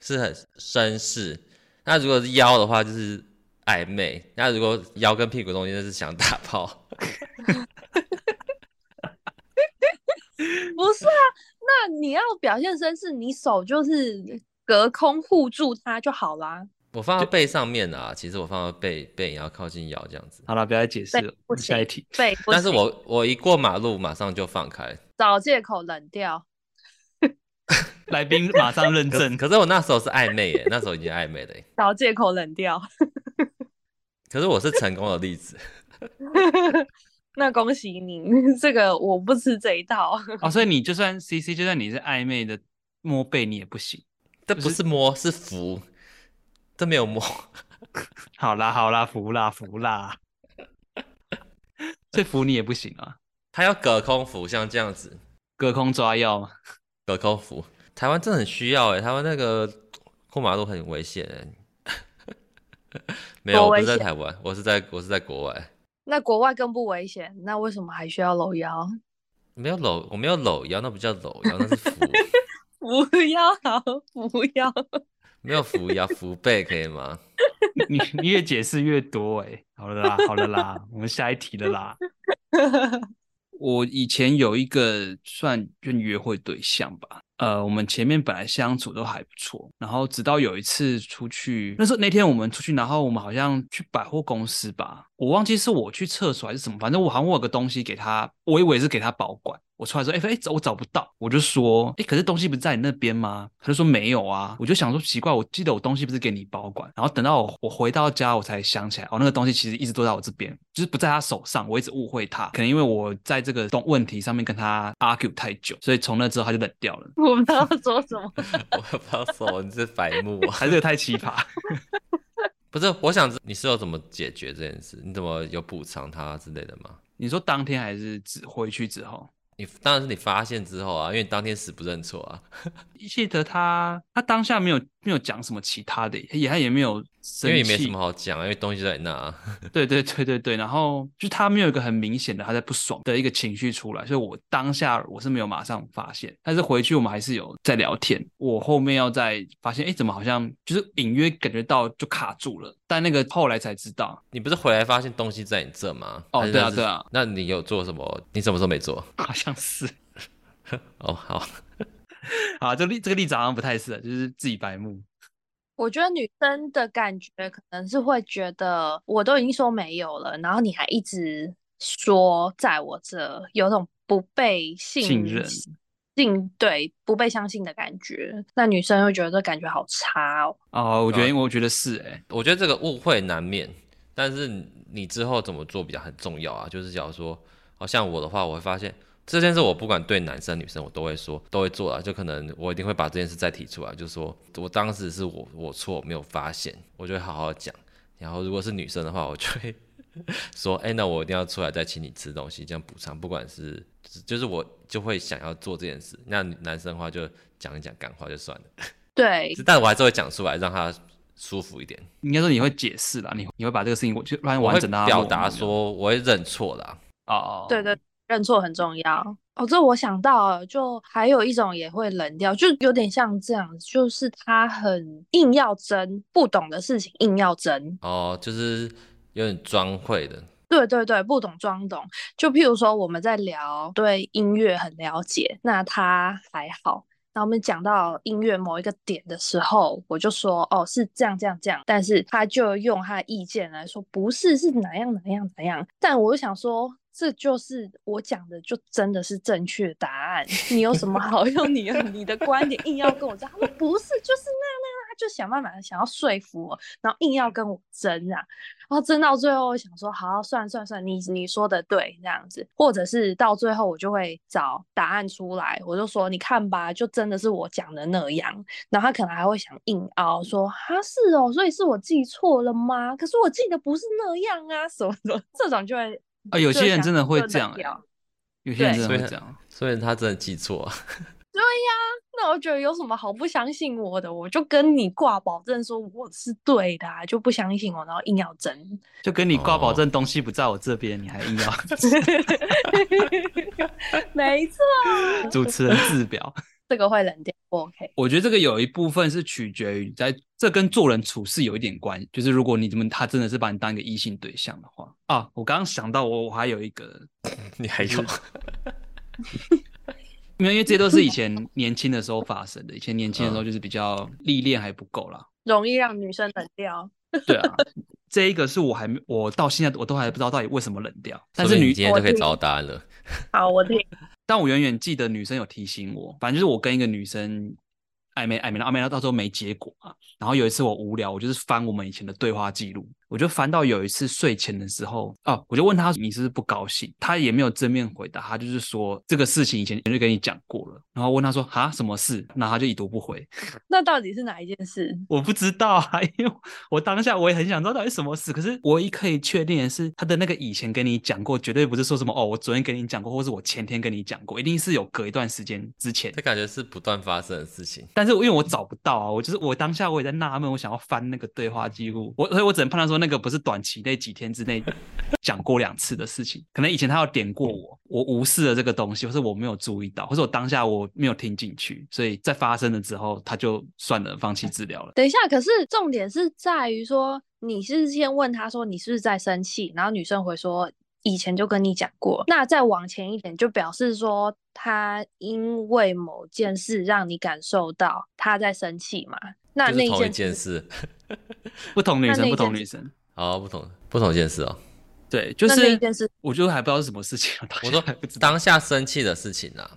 Speaker 2: 是很绅士。那如果是腰的话，就是暧昧；那如果腰跟屁股中间，就是想打炮。
Speaker 1: 不是啊，那你要表现绅士，你手就是隔空护住他就好啦。
Speaker 2: 我放到背上面啊，其实我放到背背也要靠近腰这样子，
Speaker 3: 好了，不要再解释
Speaker 1: 对
Speaker 3: 了，
Speaker 1: 不
Speaker 3: 我们下一
Speaker 1: 行
Speaker 3: 题。
Speaker 1: 对，不
Speaker 2: 但是
Speaker 1: 行
Speaker 2: 我我一过马路马上就放开。
Speaker 1: 找借口冷掉，
Speaker 3: 来宾马上认证，
Speaker 2: 可是我那时候是暧昧耶，那时候已经暧昧了耶。
Speaker 1: 找借口冷掉。
Speaker 2: 可是我是成功的例子，
Speaker 1: 那恭喜你， 这个我不吃这一套。
Speaker 3: 哦，所以你就算 C C，就算你是暧昧的摸背，你也不行。
Speaker 2: 这不是摸是扶，这没有摸。
Speaker 3: 好啦好啦，服啦服啦，所以服你也不行啊，
Speaker 2: 他要隔空扶，像这样子
Speaker 3: 隔空抓药嘛。
Speaker 2: 隔空扶，台湾真的很需要哎，台湾那个过马路很危险哎。没有，
Speaker 1: 多
Speaker 2: 我不是
Speaker 1: 危
Speaker 2: 在
Speaker 1: 险
Speaker 2: 台湾，我是在我是在国外，
Speaker 1: 那国外更不危险，那为什么还需要搂腰？
Speaker 2: 没有搂，我没有搂腰，那不叫搂腰，那是扶，
Speaker 1: 不要，啊不要。
Speaker 2: 没有扶腰，扶背可以吗？
Speaker 3: 你你越解释越多哎、好了啦好了啦，我们下一题了啦。我以前有一个算就约会对象吧，呃，我们前面本来相处都还不错，然后直到有一次出去，那时候那天我们出去，然后我们好像去百货公司吧，我忘记是我去厕所还是什么，反正我好像我有个东西给他，我以为是给他保管。我出来说，哎、哎、找我找不到，我就说，哎、可是东西不是在你那边吗？他就说没有啊，我就想说奇怪，我记得我东西不是给你保管，然后等到我我回到家，我才想起来，哦，那个东西其实一直都在我这边，就是不在他手上，我一直误会他，可能因为我在这个东问题上面跟他 argue 太久，所以从那之后他就冷掉了，
Speaker 1: 我不知道说什么。
Speaker 2: 我不知道说你是白目啊。
Speaker 3: 还是这个太奇葩。
Speaker 2: 不是，我想知你是有怎么解决这件事？你怎么有补偿他之类的吗？
Speaker 3: 你说当天还是只回去之后？
Speaker 2: 你当然是你发现之后啊，因为你当天死不认错啊，
Speaker 3: 记得他，他当下没有没有讲什么其他的，也他也没有
Speaker 2: 因
Speaker 3: 生
Speaker 2: 为
Speaker 3: 气，
Speaker 2: 也没什么好讲啊，因为东西就在你那、啊。
Speaker 3: 对对对对对，然后就他没有一个很明显的他在不爽的一个情绪出来，所以我当下我是没有马上发现，但是回去我们还是有在聊天。我后面要再发现，哎，怎么好像就是隐约感觉到就卡住了，但那个后来才知道，
Speaker 2: 你不是回来发现东西在你这吗？
Speaker 3: 哦
Speaker 2: 还是
Speaker 3: 对啊
Speaker 2: 那是
Speaker 3: 对啊。
Speaker 2: 那你有做什么？你什么时候没做？
Speaker 3: 好像是
Speaker 2: 哦，好，
Speaker 3: 啊，这个例这个例子好像不太是，啊就是自己白目。
Speaker 1: 我觉得女生的感觉可能是会觉得，我都已经说没有了，然后你还一直说在我这，有种不被信
Speaker 3: 信任
Speaker 1: 信对不被相信的感觉。那女生会觉得这感觉好差哦。
Speaker 3: 哦，我觉
Speaker 2: 对
Speaker 3: 得我觉得是哎、诶
Speaker 2: 我觉得这个误会难免，但是你之后怎么做比较很重要啊。就是假如说，好像我的话，我会发现这件事，我不管对男生女生，我都会说，都会做啊。就可能我一定会把这件事再提出来，就说我当时是我我错，我没有发现，我就会好好讲。然后如果是女生的话，我就会 说，哎、那我一定要出来再请你吃东西，这样补偿。不管是就是就是我就会想要做这件事。那男生的话就讲一讲干话就算了，
Speaker 1: 对，
Speaker 2: 但我还是会讲出来，让他舒服一点。
Speaker 3: 应该说你会解释啦，你你会把这个事情我就让
Speaker 2: 我
Speaker 3: 完
Speaker 2: 会
Speaker 3: 整的啊
Speaker 2: 表达说我会认错啦。
Speaker 3: 哦，
Speaker 1: 对对，认错很重要。哦，这我想到了，就还有一种也会冷掉，就有点像这样，就是他很硬要争，不懂的事情硬要争。
Speaker 2: 哦，就是有点装会的，
Speaker 1: 对对对，不懂装懂。就譬如说，我们在聊对音乐很了解，那他还好。那我们讲到音乐某一个点的时候，我就说哦是这样这样这样，但是他就用他的意见来说不是是哪样哪样哪样，但我就想说这就是我讲的就真的是正确的答案，你有什么好用你的你的观点硬要跟我争？他说不是就是那样那样，他就想办法想要说服我，然后硬要跟我争啊，然后争到最后，我想说，好，算了算了算了，你你说的对，这样子，或者是到最后我就会找答案出来，我就说，你看吧，就真的是我讲的那样。然后他可能还会想硬凹说，啊是哦，所以是我记错了吗？可是我记得不是那样啊，什么什么，这种就会
Speaker 3: 啊，有
Speaker 1: 就
Speaker 3: 些人
Speaker 1: 想
Speaker 3: 真的会
Speaker 1: 就
Speaker 3: 这
Speaker 1: 冷
Speaker 3: 样、欸
Speaker 1: 掉，
Speaker 3: 有些人
Speaker 1: 对
Speaker 2: 所以他
Speaker 3: 真的会这样。
Speaker 2: 所以他真的记错啊。
Speaker 1: 那我觉得有什么好不相信我的？我就跟你挂保证说我是对的、啊，就不相信我，然后硬要争。
Speaker 3: 就跟你挂保
Speaker 2: 哦
Speaker 3: 证东西不在我这边，你还硬要
Speaker 1: 没错，
Speaker 3: 主持人自表。
Speaker 1: 这个会冷掉，不 OK。
Speaker 3: 我觉得这个有一部分是取决于在这跟做人处事有一点关系，就是如果你怎么他真的是把你当一个异性对象的话啊，我刚刚想到我我还有一个
Speaker 2: 你还有
Speaker 3: 因为因为这些都是以前年轻的时候发生的，以前年轻的时候就是比较历练还不够啦。
Speaker 1: 容易让女生冷掉。
Speaker 3: 对啊，这一个是我还没，我到现在我都还不知道到底为什么冷掉，但是
Speaker 2: 说不定你
Speaker 3: 女
Speaker 2: 今天就可以找到答案了。
Speaker 1: 好，我听。
Speaker 3: 但我远远记得女生有提醒我，反正就是我跟一个女生暧昧暧昧，然后暧昧到到最后没结果嘛。然后有一次我无聊，我就是翻我们以前的对话记录，我就翻到有一次睡前的时候，哦，我就问她你是不是不高兴，她也没有正面回答，她就是说这个事情以前就跟你讲过了。然后问她说啊什么事，然后她就已读不回。
Speaker 1: 那到底是哪一件事？
Speaker 3: 我不知道啊， 因为我当下我也很想知道到底什么事，可是我一可以确定的是，他的那个以前跟你讲过，绝对不是说什么哦，我昨天跟你讲过，或是我前天跟你讲过，一定是有隔一段时间之前
Speaker 2: 这。感觉是不断发生的事情。
Speaker 3: 但是因为我找不到啊，我就是我当下我也在纳闷，我想要翻那个对话记录，我所以我只能判断说那个不是短期内几天 之内讲过两次的事情，可能以前他有点过我，我无视了这个东西，或是我没有注意到，或是我当下我没有听进去，所以在发生了之后，他就算了，放弃治疗了。
Speaker 1: 等一下，可是重点是在于说，你是先问他说你是不是在生气，然后女生回说以前就跟你讲过。那再往前一点，就表示说他因为某件事让你感受到他在生气嘛？那
Speaker 2: 就是
Speaker 1: 那
Speaker 2: 同一
Speaker 1: 件
Speaker 2: 件
Speaker 1: 事
Speaker 2: 事，
Speaker 3: 不同女
Speaker 1: 那
Speaker 3: 生，
Speaker 1: 那
Speaker 3: 不
Speaker 1: 一件
Speaker 3: 同
Speaker 1: 事
Speaker 3: 女生，
Speaker 2: 好，哦不同不同一件事哦。
Speaker 3: 对，就
Speaker 1: 那那一
Speaker 3: 是
Speaker 1: 件事
Speaker 3: 我就还不知道是什么事情，
Speaker 2: 我
Speaker 3: 我到现在
Speaker 2: 说
Speaker 3: 还不知道，
Speaker 2: 当下生气的事情啊，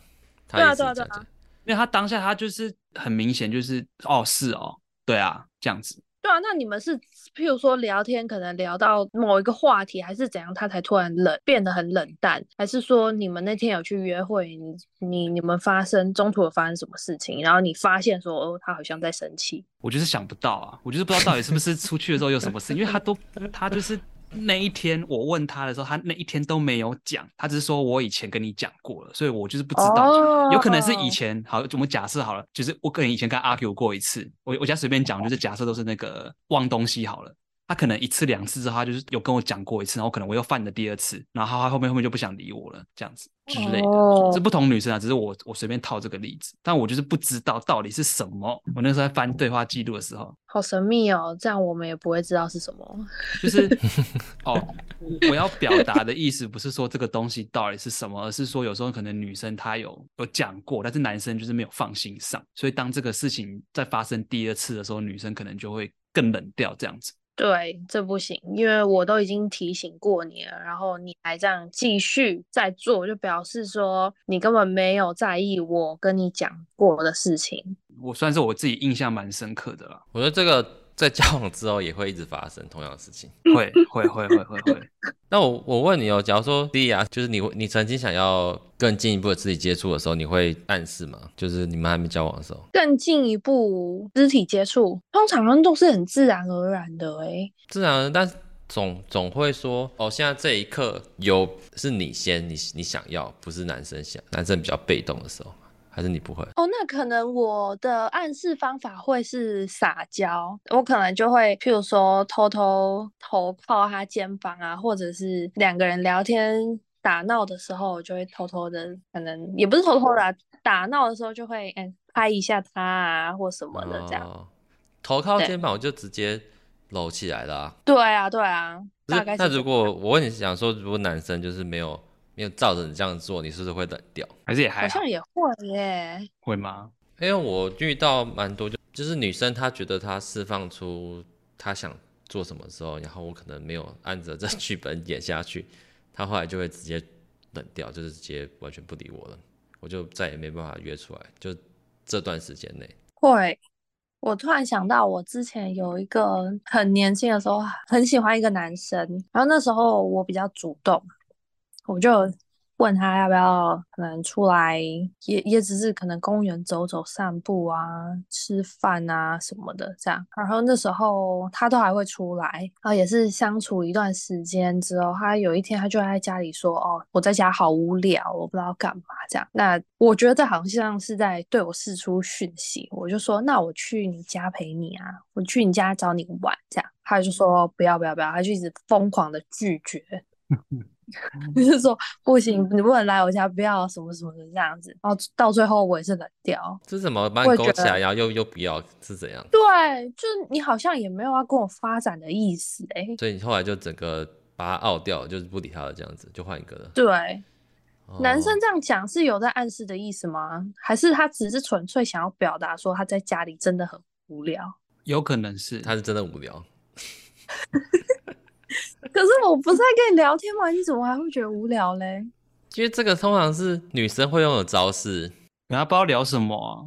Speaker 2: 他
Speaker 1: 对啊
Speaker 2: 意思
Speaker 1: 对啊
Speaker 2: 是这样
Speaker 1: 对啊
Speaker 2: 讲
Speaker 3: 因为他当下他就是很明显就是哦是哦，对啊这样子，
Speaker 1: 对啊，那你们是譬如说聊天，可能聊到某一个话题，还是怎样，他才突然冷变得很冷淡，还是说你们那天有去约会，你你你们发生中途有发生什么事情，然后你发现说哦，他好像在生气，
Speaker 3: 我就是想不到啊，我就是不知道到底是不是出去的时候有什么事，因为他都他就是那一天我问他的时候，他那一天都没有讲，他只是说我以前跟你讲过了，所以我就是不知道。
Speaker 1: 哦
Speaker 3: 有可能是以前好，我们假设好了，就是我可能以前跟他 argue 过一次，我我家随便讲，就是假设都是那个忘东西好了。他可能一次两次之后，他就是有跟我讲过一次，然后可能我又犯了第二次，然后他后面后面就不想理我了，这样子之类的。
Speaker 1: 哦
Speaker 3: 是不同女生啊，只是我我随便套这个例子，但我就是不知道到底是什么。我那时候在翻对话记录的时候，
Speaker 1: 好神秘哦，这样我们也不会知道是什么。
Speaker 3: 就是哦，我要表达的意思不是说这个东西到底是什么，而是说有时候可能女生她有有讲过，但是男生就是没有放心上，所以当这个事情在发生第二次的时候，女生可能就会更冷掉这样子。
Speaker 1: 对，这不行，因为我都已经提醒过你了，然后你还这样继续再做，就表示说你根本没有在意我跟你讲过的事情。
Speaker 3: 我算是我自己印象蛮深刻的啦，
Speaker 2: 我觉得这个在交往之后也会一直发生同样的事情。
Speaker 1: 嗯
Speaker 3: 会会会会会 会，
Speaker 2: 那我我问你哦，假如说莉亚，就是你会你曾经想要更进一步的肢体接触的时候，你会暗示吗？就是你们还没交往的时候，
Speaker 1: 更进一步肢体接触，通常都是很自然而然的欸诶、
Speaker 2: 自然而然，但是总总会说哦，现在这一刻有是你先，你你想要，不是男生想，男生比较被动的时候，还是你不会？
Speaker 1: 哦，那可能我的暗示方法会是撒娇，我可能就会，譬如说偷偷头靠他肩膀啊，或者是两个人聊天打闹的时候，我就会偷偷的，可能也不是偷偷的啊、打闹的时候就会嗯、拍一下他啊或什么的这样。
Speaker 2: 哦、头靠
Speaker 1: 对
Speaker 2: 肩膀，我就直接搂起来了、啊。
Speaker 1: 对啊，对啊，
Speaker 2: 可
Speaker 1: 大
Speaker 2: 是
Speaker 1: 概是
Speaker 2: 那
Speaker 1: 这
Speaker 2: 如
Speaker 1: 样
Speaker 2: 果我问你想说，如果男生就是没有没有照着你这样做，你是不是会冷掉？
Speaker 3: 还是也
Speaker 1: 好
Speaker 3: 还好
Speaker 1: 像也会耶。
Speaker 3: 会吗？
Speaker 2: 因为我遇到蛮多就就是女生她觉得她释放出她想做什么之后，然后我可能没有按着这剧本演下去，她后来就会直接冷掉，就是直接完全不理我了，我就再也没办法约出来，就这段时间内。
Speaker 1: 会，我突然想到，我之前有一个很年轻的时候，很喜欢一个男生，然后那时候我比较主动，我就问他要不要可能出来，也也只是可能公园走走、散步啊、吃饭啊什么的这样。然后那时候他都还会出来，然后啊也是相处一段时间之后，他有一天他就在家里说：“哦，我在家好无聊，我不知道干嘛这样。”那我觉得这好像是在对我释出讯息，我就说：“那我去你家陪你啊，我去你家找你玩这样。”他就说：“不要不要不要！”他就一直疯狂的拒 绝。就是说不行，你不能来我家，不要什么什么的这样子。然后到最后我也是冷掉。
Speaker 2: 这怎么把
Speaker 1: 我
Speaker 2: 你
Speaker 1: 也
Speaker 2: 勾
Speaker 1: 觉
Speaker 2: 起来，
Speaker 1: 得
Speaker 2: 然后又又不要是怎 样？
Speaker 1: 对，就是你好像也没有要跟我发展的意思哎、
Speaker 2: 所以你后来就整个把他傲掉，就是不理他了，这样子就换一个了。
Speaker 1: 对，男生
Speaker 2: 哦
Speaker 1: 这样讲是有在暗示的意思吗？还是他只是纯粹想要表达说他在家里真的很无聊？
Speaker 3: 有可能是
Speaker 2: 他是真的无聊，
Speaker 1: 可是我不是在跟你聊天吗？你怎么还会觉得无聊嘞？
Speaker 2: 因为这个通常是女生会用的招式。
Speaker 3: 然后不知道聊什么啊、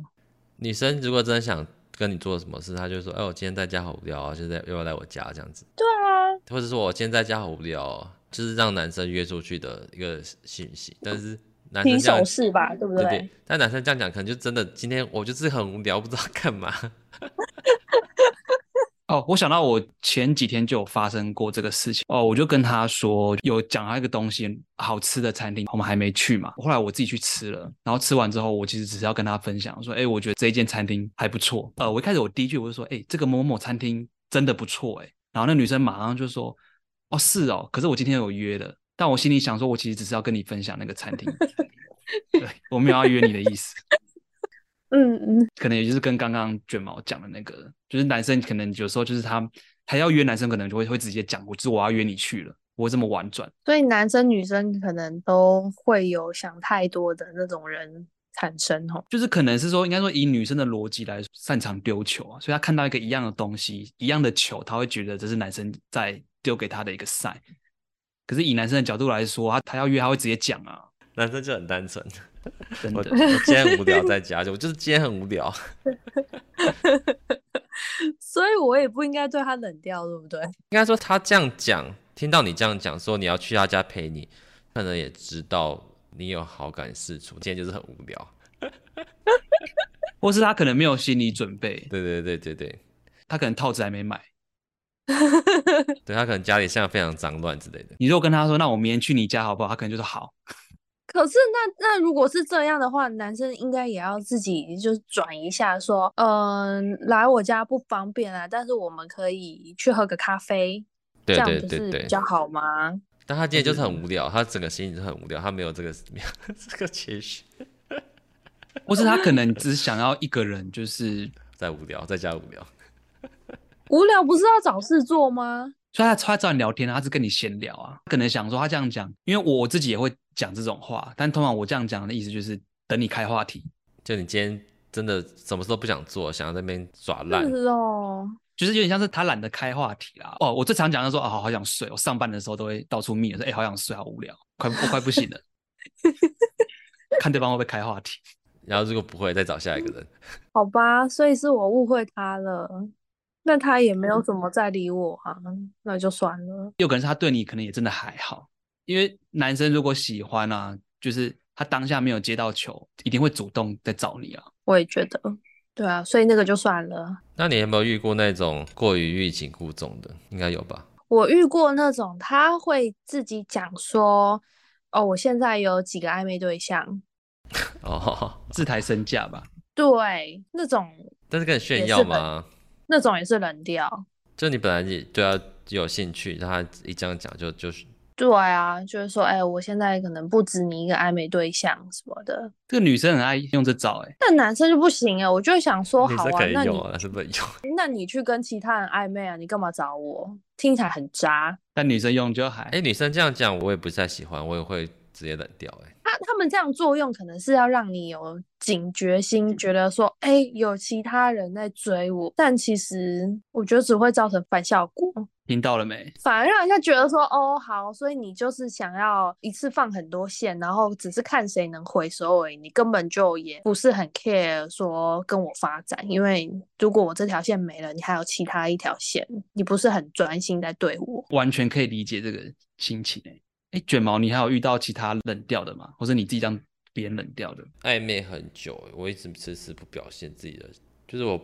Speaker 2: 女生如果真的想跟你做什么事，她就说：“哎，我今天在家好无聊啊，就是要不要来我家这样子？”
Speaker 1: 对啊，
Speaker 2: 或者说我今天在家好无聊、哦，就是让男生约出去的一个信息。但是男生
Speaker 1: 提
Speaker 2: 这样
Speaker 1: 手势吧，对不
Speaker 2: 对对，但男生这样讲，可能就真的今天我就是很无聊，不知道干嘛。
Speaker 3: 哦，我想到我前几天就有发生过这个事情哦，我就跟他说有讲到一个东西好吃的餐厅，我们还没去嘛。后来我自己去吃了，然后吃完之后，我其实只是要跟他分享说，哎，我觉得这一间餐厅还不错。呃，我一开始我第一句我就说，哎，这个某某餐厅真的不错，哎。然后那女生马上就说，哦，是哦，可是我今天有约了。但我心里想说，我其实只是要跟你分享那个餐厅， 对我没有要约你的意思。
Speaker 1: 嗯嗯，
Speaker 3: 可能也就是跟刚刚卷毛讲的那个，就是男生可能有时候就是他他要约男生，可能就会会直接讲，我就是我要约你去了，不会这么婉转。
Speaker 1: 所以男生女生可能都会有想太多的那种人产生哦。
Speaker 3: 就是可能是说，应该说以女生的逻辑来说擅长丢球啊，所以他看到一个一样的东西，一样的球，他会觉得这是男生在丢给他的一个赛。可是以男生的角度来说，他他要约，他会直接讲啊，
Speaker 2: 男生就很单纯，
Speaker 3: 真
Speaker 2: 我我
Speaker 3: 的。
Speaker 2: 今天很无聊在家，就我就是今天很无聊。
Speaker 1: 所以我也不应该对他冷掉，对不对？
Speaker 2: 应该说他这样讲，听到你这样讲，说你要去他家陪你，可能也知道你有好感事出，今天就是很无聊。
Speaker 3: 或是他可能没有心理准备，
Speaker 2: 对对对对对，
Speaker 3: 他可能套子还没买。
Speaker 2: 对他可能家里现在非常脏乱之类的。
Speaker 3: 你如果跟他说，那我明天去你家好不好？他可能就说好。
Speaker 1: 可是那那如果是这样的话，男生应该也要自己就转一下，说，嗯、来我家不方便啊，但是我们可以去喝个咖啡，
Speaker 2: 对
Speaker 1: 这
Speaker 2: 对
Speaker 1: 样不
Speaker 2: 对
Speaker 1: 是
Speaker 2: 对
Speaker 1: 比。较嗯好吗？
Speaker 2: 但他今天就是很无聊，他整个心情就很无聊，他没有这个 没有这个情绪，
Speaker 3: 或是他可能只想要一个人，就是
Speaker 2: 在无聊，在家无聊。
Speaker 1: 无聊不是要找事做吗？
Speaker 3: 所以他他找你聊天啊，他是跟你闲聊啊，可能想说他这样讲，因为我自己也会讲这种话，但通常我这样讲的意思就是等你开话题，
Speaker 2: 就你今天真的什么事都不想做，想要在那边耍
Speaker 1: 是
Speaker 2: 赖，
Speaker 1: 哦，
Speaker 3: 就是有点像是他懒得开话题啦。哦，我最常讲的说啊、好想睡，我上班的时候都会到处密，说哎、好想睡，好无聊，快我快不行了，看对方会不会开话题。
Speaker 2: 然后如果不会再找下一个人。
Speaker 1: 好吧，所以是我误会他了，那他也没有怎么再理我啊，那就算了。
Speaker 3: 有可能是他对你可能也真的还好，因为男生如果喜欢啊，就是他当下没有接到球，一定会主动在找你啊。
Speaker 1: 我也觉得，对啊，所以那个就算了。
Speaker 2: 那你有没有遇过那种过于欲擒故纵的？应该有吧？
Speaker 1: 我遇过那种他会自己讲说，哦，我现在有几个暧昧对象，
Speaker 2: 哦，
Speaker 3: 自抬身价吧。
Speaker 1: 对，那种
Speaker 2: 但是跟你炫耀吗？
Speaker 1: 那种也是冷调。
Speaker 2: 就你本来也对他有兴趣，但他一这样讲就就是
Speaker 1: 对啊，就是说，哎，我现在可能不止你一个暧昧对象什么的，
Speaker 3: 这个女生很爱用这招、欸，哎，
Speaker 1: 但男生就不行啊，我就会想说，
Speaker 2: 女
Speaker 1: 好
Speaker 2: 生
Speaker 1: 啊，
Speaker 2: 可以
Speaker 1: 那你
Speaker 2: 用啊，是不能用。
Speaker 1: 那你去跟其他人暧昧啊，你干嘛找我？听起来很渣。
Speaker 3: 但女生用就还，
Speaker 2: 哎、女生这样讲我也不太喜欢，我也会直接冷掉、哎，
Speaker 1: 他他们这样作用，可能是要让你有警觉心，觉得说，哎、有其他人在追我。但其实我觉得只会造成反效果，
Speaker 3: 听到了没？
Speaker 1: 反而让人家觉得说，哦，好，所以你就是想要一次放很多线，然后只是看谁能回收而已。你根本就也不是很 care 说跟我发展，因为如果我这条线没了，你还有其他一条线，你不是很专心在对 我。
Speaker 3: 完全可以理解这个心情、欸，哎，哎，卷毛，你还有遇到其他冷掉的吗？或者你自己让别人冷掉的？
Speaker 2: 暧昧很久、哎我一直迟迟不表现自己的，就是我可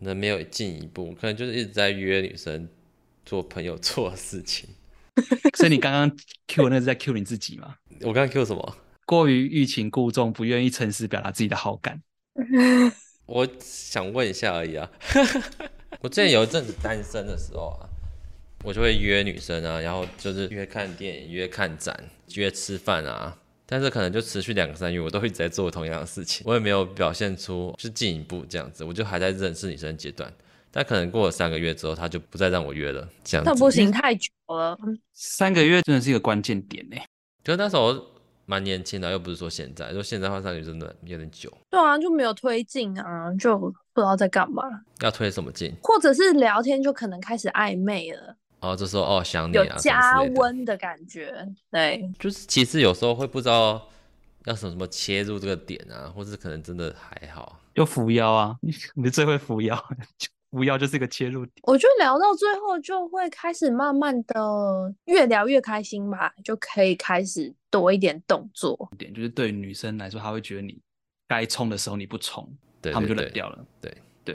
Speaker 2: 能没有进一步，可能就是一直在约女生做朋友做的事情。
Speaker 3: 所以你刚刚 Q 的那是在 Q 你自己吗？
Speaker 2: 我刚刚 Q 什么？
Speaker 3: 过于欲擒故纵，不愿意诚实表达自己的好感。
Speaker 2: 我想问一下而已啊。 我之前有一阵子单身的时候啊，我就会约女生啊，然后就是约看电影、约看展、约吃饭啊。但是可能就持续两个三月，我都一直在做同样的事情，我也没有表现出是进一步这样子，我就还在认识女生阶段。但可能过了三个月之后，她就不再让我约了，这样子。
Speaker 1: 那不行，太久了。
Speaker 3: 三个月真的是一个关键点呢、欸
Speaker 2: 就那时候蛮年轻的，啊又不是说现在，说现在换上去真的有点久，
Speaker 1: 对啊，就没有推进啊，就不知道在干嘛，
Speaker 2: 要推什么劲？
Speaker 1: 或者是聊天就可能开始暧昧了，
Speaker 2: 然后就说哦想你
Speaker 1: 有
Speaker 2: 啊，
Speaker 1: 加
Speaker 2: 什么之类的，
Speaker 1: 温的感觉，对，
Speaker 2: 就是其实有时候会不知道要什么什么切入这个点啊，或是可能真的还好。
Speaker 3: 又扶摇啊， 你你最会扶摇， 扶摇就是一个切入点。
Speaker 1: 我觉得聊到最后就会开始慢慢的越聊越开心吧，就可以开始多一点动作。
Speaker 3: 点，就是对于女生来说，她会觉得你该冲的时候你不冲，
Speaker 2: 对
Speaker 3: 她们就
Speaker 2: 对
Speaker 3: 冷
Speaker 2: 对，
Speaker 3: 掉了。
Speaker 2: 对
Speaker 3: 对，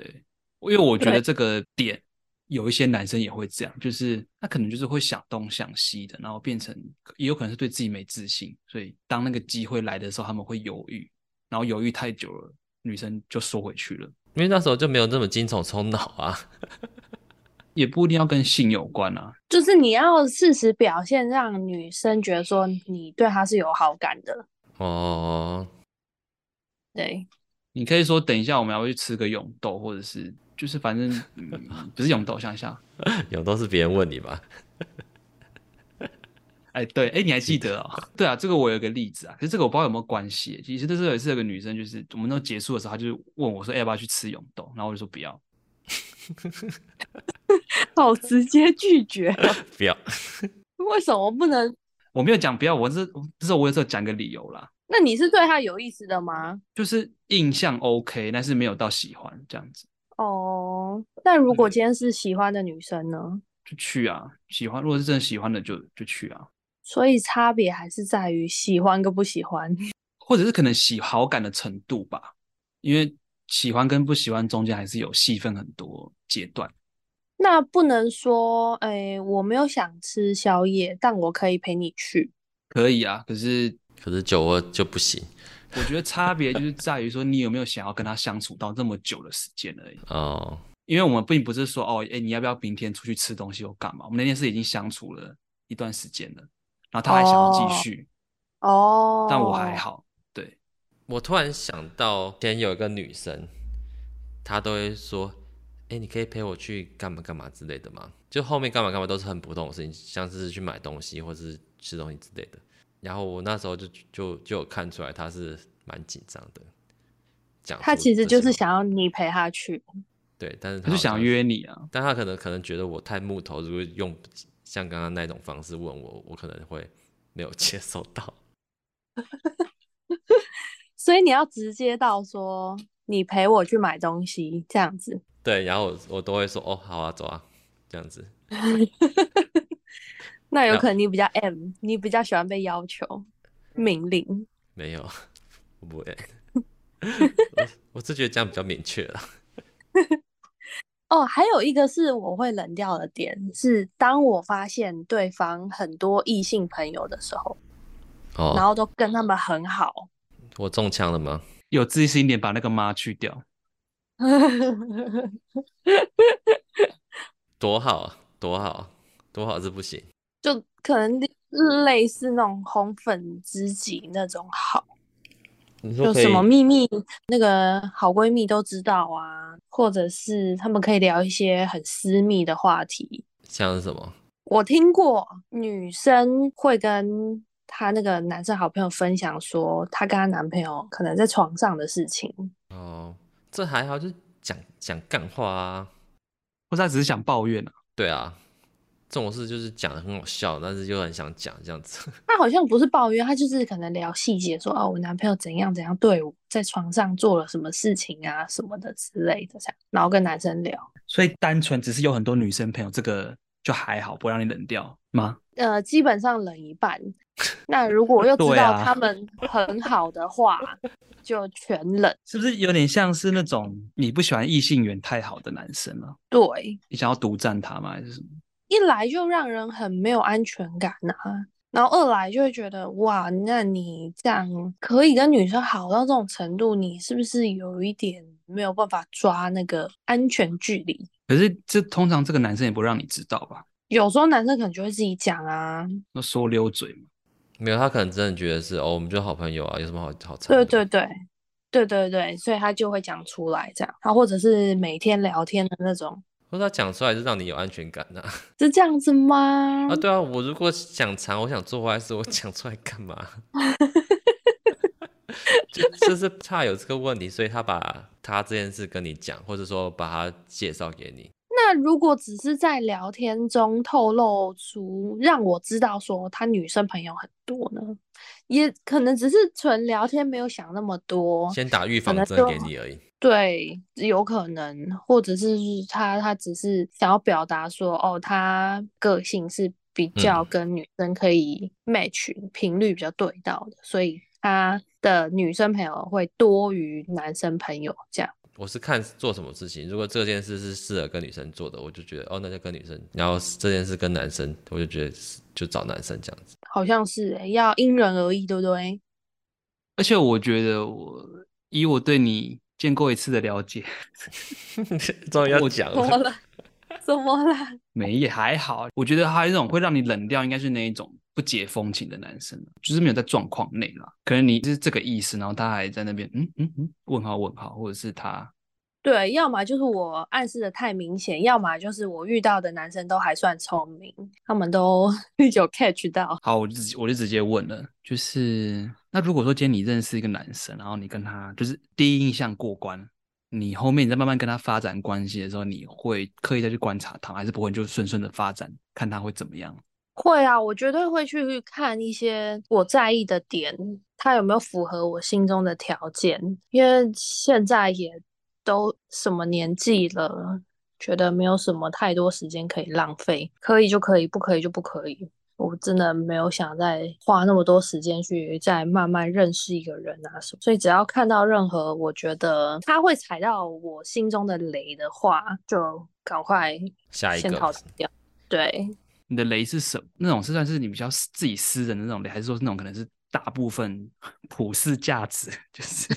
Speaker 3: 因为我觉得
Speaker 1: 对
Speaker 3: 这个点有一些男生也会这样，就是他可能就是会想东想西的，然后变成也有可能是对自己没自信，所以当那个机会来的时候，他们会犹豫，然后犹豫太久了，女生就缩回去了。
Speaker 2: 因为那时候就没有那么精虫冲脑啊。
Speaker 3: 也不一定要跟性有关啊，
Speaker 1: 就是你要适时表现，让女生觉得说你对她是有好感的。
Speaker 2: 哦，
Speaker 1: 对，
Speaker 3: 你可以说等一下我们要去吃个永豆，或者是就是反正、嗯不是永豆，想一下，
Speaker 2: 有都是别人问你吧？
Speaker 3: 哎，对，哎，你还记得哦？对啊，这个我有一个例子啊，可是这个我不知道有没有关系。其实这是有一次有个女生，就是我们都结束的时候，她就问我说：“哎要不要去吃永豆？”然后我就说不要。
Speaker 1: 好直接拒绝，
Speaker 2: 不要，
Speaker 1: 为什么不能？
Speaker 3: 我没有讲不要，我是这是我有时候讲个理由啦，
Speaker 1: 那你是对她有意思的吗？
Speaker 3: 就是印象 OK，但是没有到喜欢这样子，
Speaker 1: 哦，但如果
Speaker 3: 对
Speaker 1: 今天是喜欢的女生呢？
Speaker 3: 就去啊。喜欢，如果是真的喜欢的就就去啊，
Speaker 1: 所以差别还是在于喜欢跟不喜欢。
Speaker 3: 或者是可能喜好感的程度吧，因为喜欢跟不喜欢中间还是有细分很多阶段。
Speaker 1: 那不能说，哎、我没有想吃宵夜，但我可以陪你去。
Speaker 3: 可以啊，可是
Speaker 2: 可是酒窝就不行
Speaker 3: 我觉得差别就是在于说，你有没有想要跟他相处到那么久的时间而已。
Speaker 2: 哦。
Speaker 3: 因为我们并不是说哦，哎，你要不要明天出去吃东西或干嘛？我们那天是已经相处了一段时间了，然后他还想要继续，
Speaker 1: 哦，
Speaker 3: 但我还。好。对，
Speaker 2: 我突然想到，之前有一个女生，她都会说：“哎、你可以陪我去干嘛干嘛之类的吗？”就后面干嘛干嘛都是很普通的事情，像是去买东西或是吃东西之类的。然后我那时候就就就有看出来她是蛮紧张的，讲
Speaker 1: 他
Speaker 2: 出
Speaker 1: 其实
Speaker 2: 这
Speaker 1: 就
Speaker 2: 些
Speaker 1: 是
Speaker 2: 话
Speaker 1: 想要你陪他去。
Speaker 2: 对，但是她
Speaker 3: 他就
Speaker 2: 好
Speaker 3: 想
Speaker 2: 像，
Speaker 3: 约你啊。
Speaker 2: 但她可能可能觉得我太木头，如果用像刚刚那种方式问我，我可能会没有接受到。
Speaker 1: 所以你要直接到说，你陪我去买东西这样子。
Speaker 2: 对，然后我我都会说：“哦，好啊，走啊，这样子。”
Speaker 1: 那有
Speaker 2: 那
Speaker 1: 可能你比较 M，你比较喜欢被要求、命令。
Speaker 2: 没有， 我 不会。我我是觉得这样比较明确了。
Speaker 1: 哦，还有一个是我会冷掉的点是，当我发现对方很多异性朋友的时候，然
Speaker 2: 哦，
Speaker 1: 后都跟他们很好，
Speaker 2: 我中枪了吗？
Speaker 3: 有自信一点，把那个妈去掉。
Speaker 2: 多好啊，多好啊，多好是不行。
Speaker 1: 就可能类似那种红粉知己那种好，
Speaker 2: 你
Speaker 1: 就
Speaker 2: 说可以
Speaker 1: 什么秘密，那个好闺蜜都知道啊，或者是他们可以聊一些很私密的话题。
Speaker 2: 像是什么？
Speaker 1: 我听过女生会跟她那个男生好朋友分享说，她跟她男朋友可能在床上的事情。
Speaker 2: 哦，这还好，就是讲讲干话啊。
Speaker 3: 或者他只是想抱怨啊，
Speaker 2: 对啊，这种事就是讲的很好笑，但是又很想讲这样子。
Speaker 1: 她好像不是抱怨，她就是可能聊细节说，哦，我男朋友怎样怎样对我，在床上做了什么事情啊什么的之类的，这样，然后跟男生聊。
Speaker 3: 所以单纯只是有很多女生朋友，这个就还好，不会让你冷掉吗？
Speaker 1: 呃，基本上冷一半。那如果又知
Speaker 3: 对
Speaker 1: 道
Speaker 3: 啊
Speaker 1: 他们很好的话，就全冷。
Speaker 3: 是不是有点像是那种你不喜欢异性缘太好的男生啊？
Speaker 1: 对，
Speaker 3: 你想要独占他吗？还是什么？
Speaker 1: 一来就让人很没有安全感呐、然后二来就会觉得哇，那你这样可以跟女生好到这种程度，你是不是有一点没有办法抓那个安全距离？
Speaker 3: 可是这通常这个男生也不让你知道吧？
Speaker 1: 有时候男生可能就会自己讲啊，
Speaker 3: 那说溜嘴嘛。
Speaker 2: 没有，他可能真的觉得是哦，我们就好朋友啊，有什么好好藏
Speaker 1: 对
Speaker 2: 的？
Speaker 1: 对对，对对对，所以他就会讲出来这样，然后或者是每天聊天的那种，
Speaker 2: 或者他讲出来是让你有安全感呐、啊。
Speaker 1: 是这样子吗？
Speaker 2: 对啊，我如果想藏，我想做坏事，我讲出来 干嘛？就就是怕有这个问题，所以他把他这件事跟你讲，或者说把他介绍给你。
Speaker 1: 那如果只是在聊天中透露出让我知道说他女生朋友很多呢，也可能只是纯聊天，没有想那么多。
Speaker 2: 先打预防
Speaker 1: 能
Speaker 2: 针
Speaker 1: 就
Speaker 2: 给你而已。
Speaker 1: 对，有可能，或者是他他只是想要表达说，哦，他个性是比较跟女生可以 match，、频率比较对到的，所以他的女生朋友会多于男生朋友这样。
Speaker 2: 我是看做什么事情，如果这件事是适合跟女生做的，我就觉得哦，那就跟女生；然后这件事跟男生，我就觉得是就找男生这样子。
Speaker 1: 好像是、欸、要因人而异，对不对？
Speaker 3: 而且我觉得我以我对你见过一次的了解，
Speaker 2: 终于要
Speaker 3: 我
Speaker 2: 讲
Speaker 1: 怎么
Speaker 2: 了，
Speaker 1: 了？怎么了？
Speaker 3: 没也还好。我觉得还有一种会让你冷掉，应该是那一种不解风情的男生，啊就是没有在状况内啦。可能你是这个意思，然后他还在那边嗯嗯嗯问号问号，或者是他
Speaker 1: 对，要么就是我暗示的太明显，要么就是我遇到的男生都还算聪明，他们都 有 catch 到。
Speaker 3: 好，我就直接我就直接问了，就是那如果说今天你认识一个男生，然后你跟他就是第一印象过关，你后面你再慢慢跟他发展关系的时候，你会刻意再去观察他，还是不会你就顺顺的发展，看他会怎么样？
Speaker 1: 会啊，我绝对会去看一些我在意的点，他有没有符合我心中的条件。因为现在也都什么年纪了，觉得没有什么太多时间可以浪费，可以就可以，不可以就不可以。我真的没有想再花那么多时间去再慢慢认识一个人啊什么，所以只要看到任何我觉得他会踩到我心中的雷的话，就赶快
Speaker 2: 下一
Speaker 1: 先
Speaker 2: 个
Speaker 1: 逃掉。对，
Speaker 3: 你的雷是什么？那种是算是你比较私自己私人的那种雷，还是说是那种可能是大部分普世价值？ 就是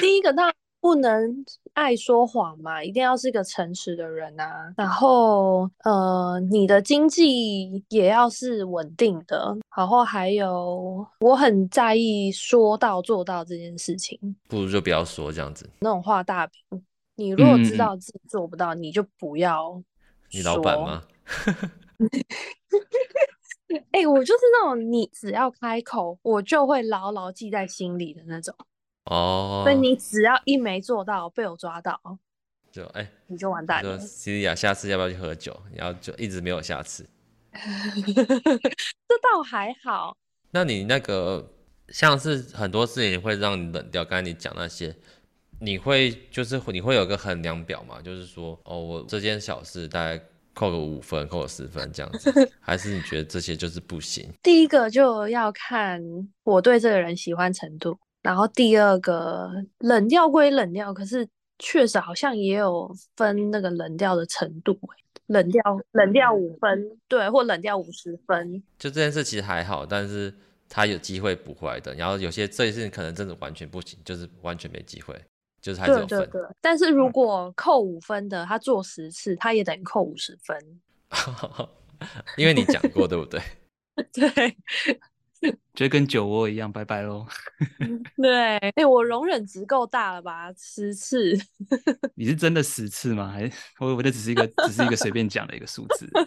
Speaker 1: 第一个当然不能爱说谎嘛，一定要是个诚实的人啊。然后呃，你的经济也要是稳定的，然后还有我很在意说到做到这件事情，
Speaker 2: 不如就不要说这样子。
Speaker 1: 那种画大饼。你如果
Speaker 3: 嗯嗯
Speaker 1: 知道自己做不到，你就不要。
Speaker 2: 你老板
Speaker 1: 说
Speaker 2: 吗？
Speaker 1: 哎、我就是那种你只要开口，我就会牢牢记在心里的那种。
Speaker 2: 哦
Speaker 1: 所，以你只要一没做到，被我抓到，
Speaker 2: 就哎，
Speaker 1: 你就完
Speaker 2: 你
Speaker 1: 蛋
Speaker 2: 说
Speaker 1: 了。
Speaker 2: 西利亚，下次要不要去喝酒？然后就一直没有下次。
Speaker 1: 这倒还好，
Speaker 2: 那你那个像是很多事情会让你冷掉，刚才你讲那些，你会就是你会有个衡量表嘛？就是说，哦，我这件小事大概扣个五分，扣个十分这样 子，还是你觉得这些就是不行？
Speaker 1: 第一个就要看我对这个人喜欢程度，然后第二个冷掉归冷掉，可是确实好像也有分那个冷掉的程度欸、冷掉冷掉五分，对，或冷掉五十分，
Speaker 2: 就这件事其实还好，但是他有机会补回来的。然后有些这件事情可能真的完全不行，就是完全没机会，就是还是
Speaker 1: 对
Speaker 2: 有分。
Speaker 1: 对对。但是如果扣五分的，他做十次，他也等于扣五十分，
Speaker 2: 因为你讲过，对不对？
Speaker 1: 对。
Speaker 3: 就跟酒窝一样，拜拜喽。
Speaker 1: 对，哎、我容忍值够大了吧？十次，
Speaker 3: 你是真的十次吗？还是我以为这只是一个只是一个随便讲的一个数字而已？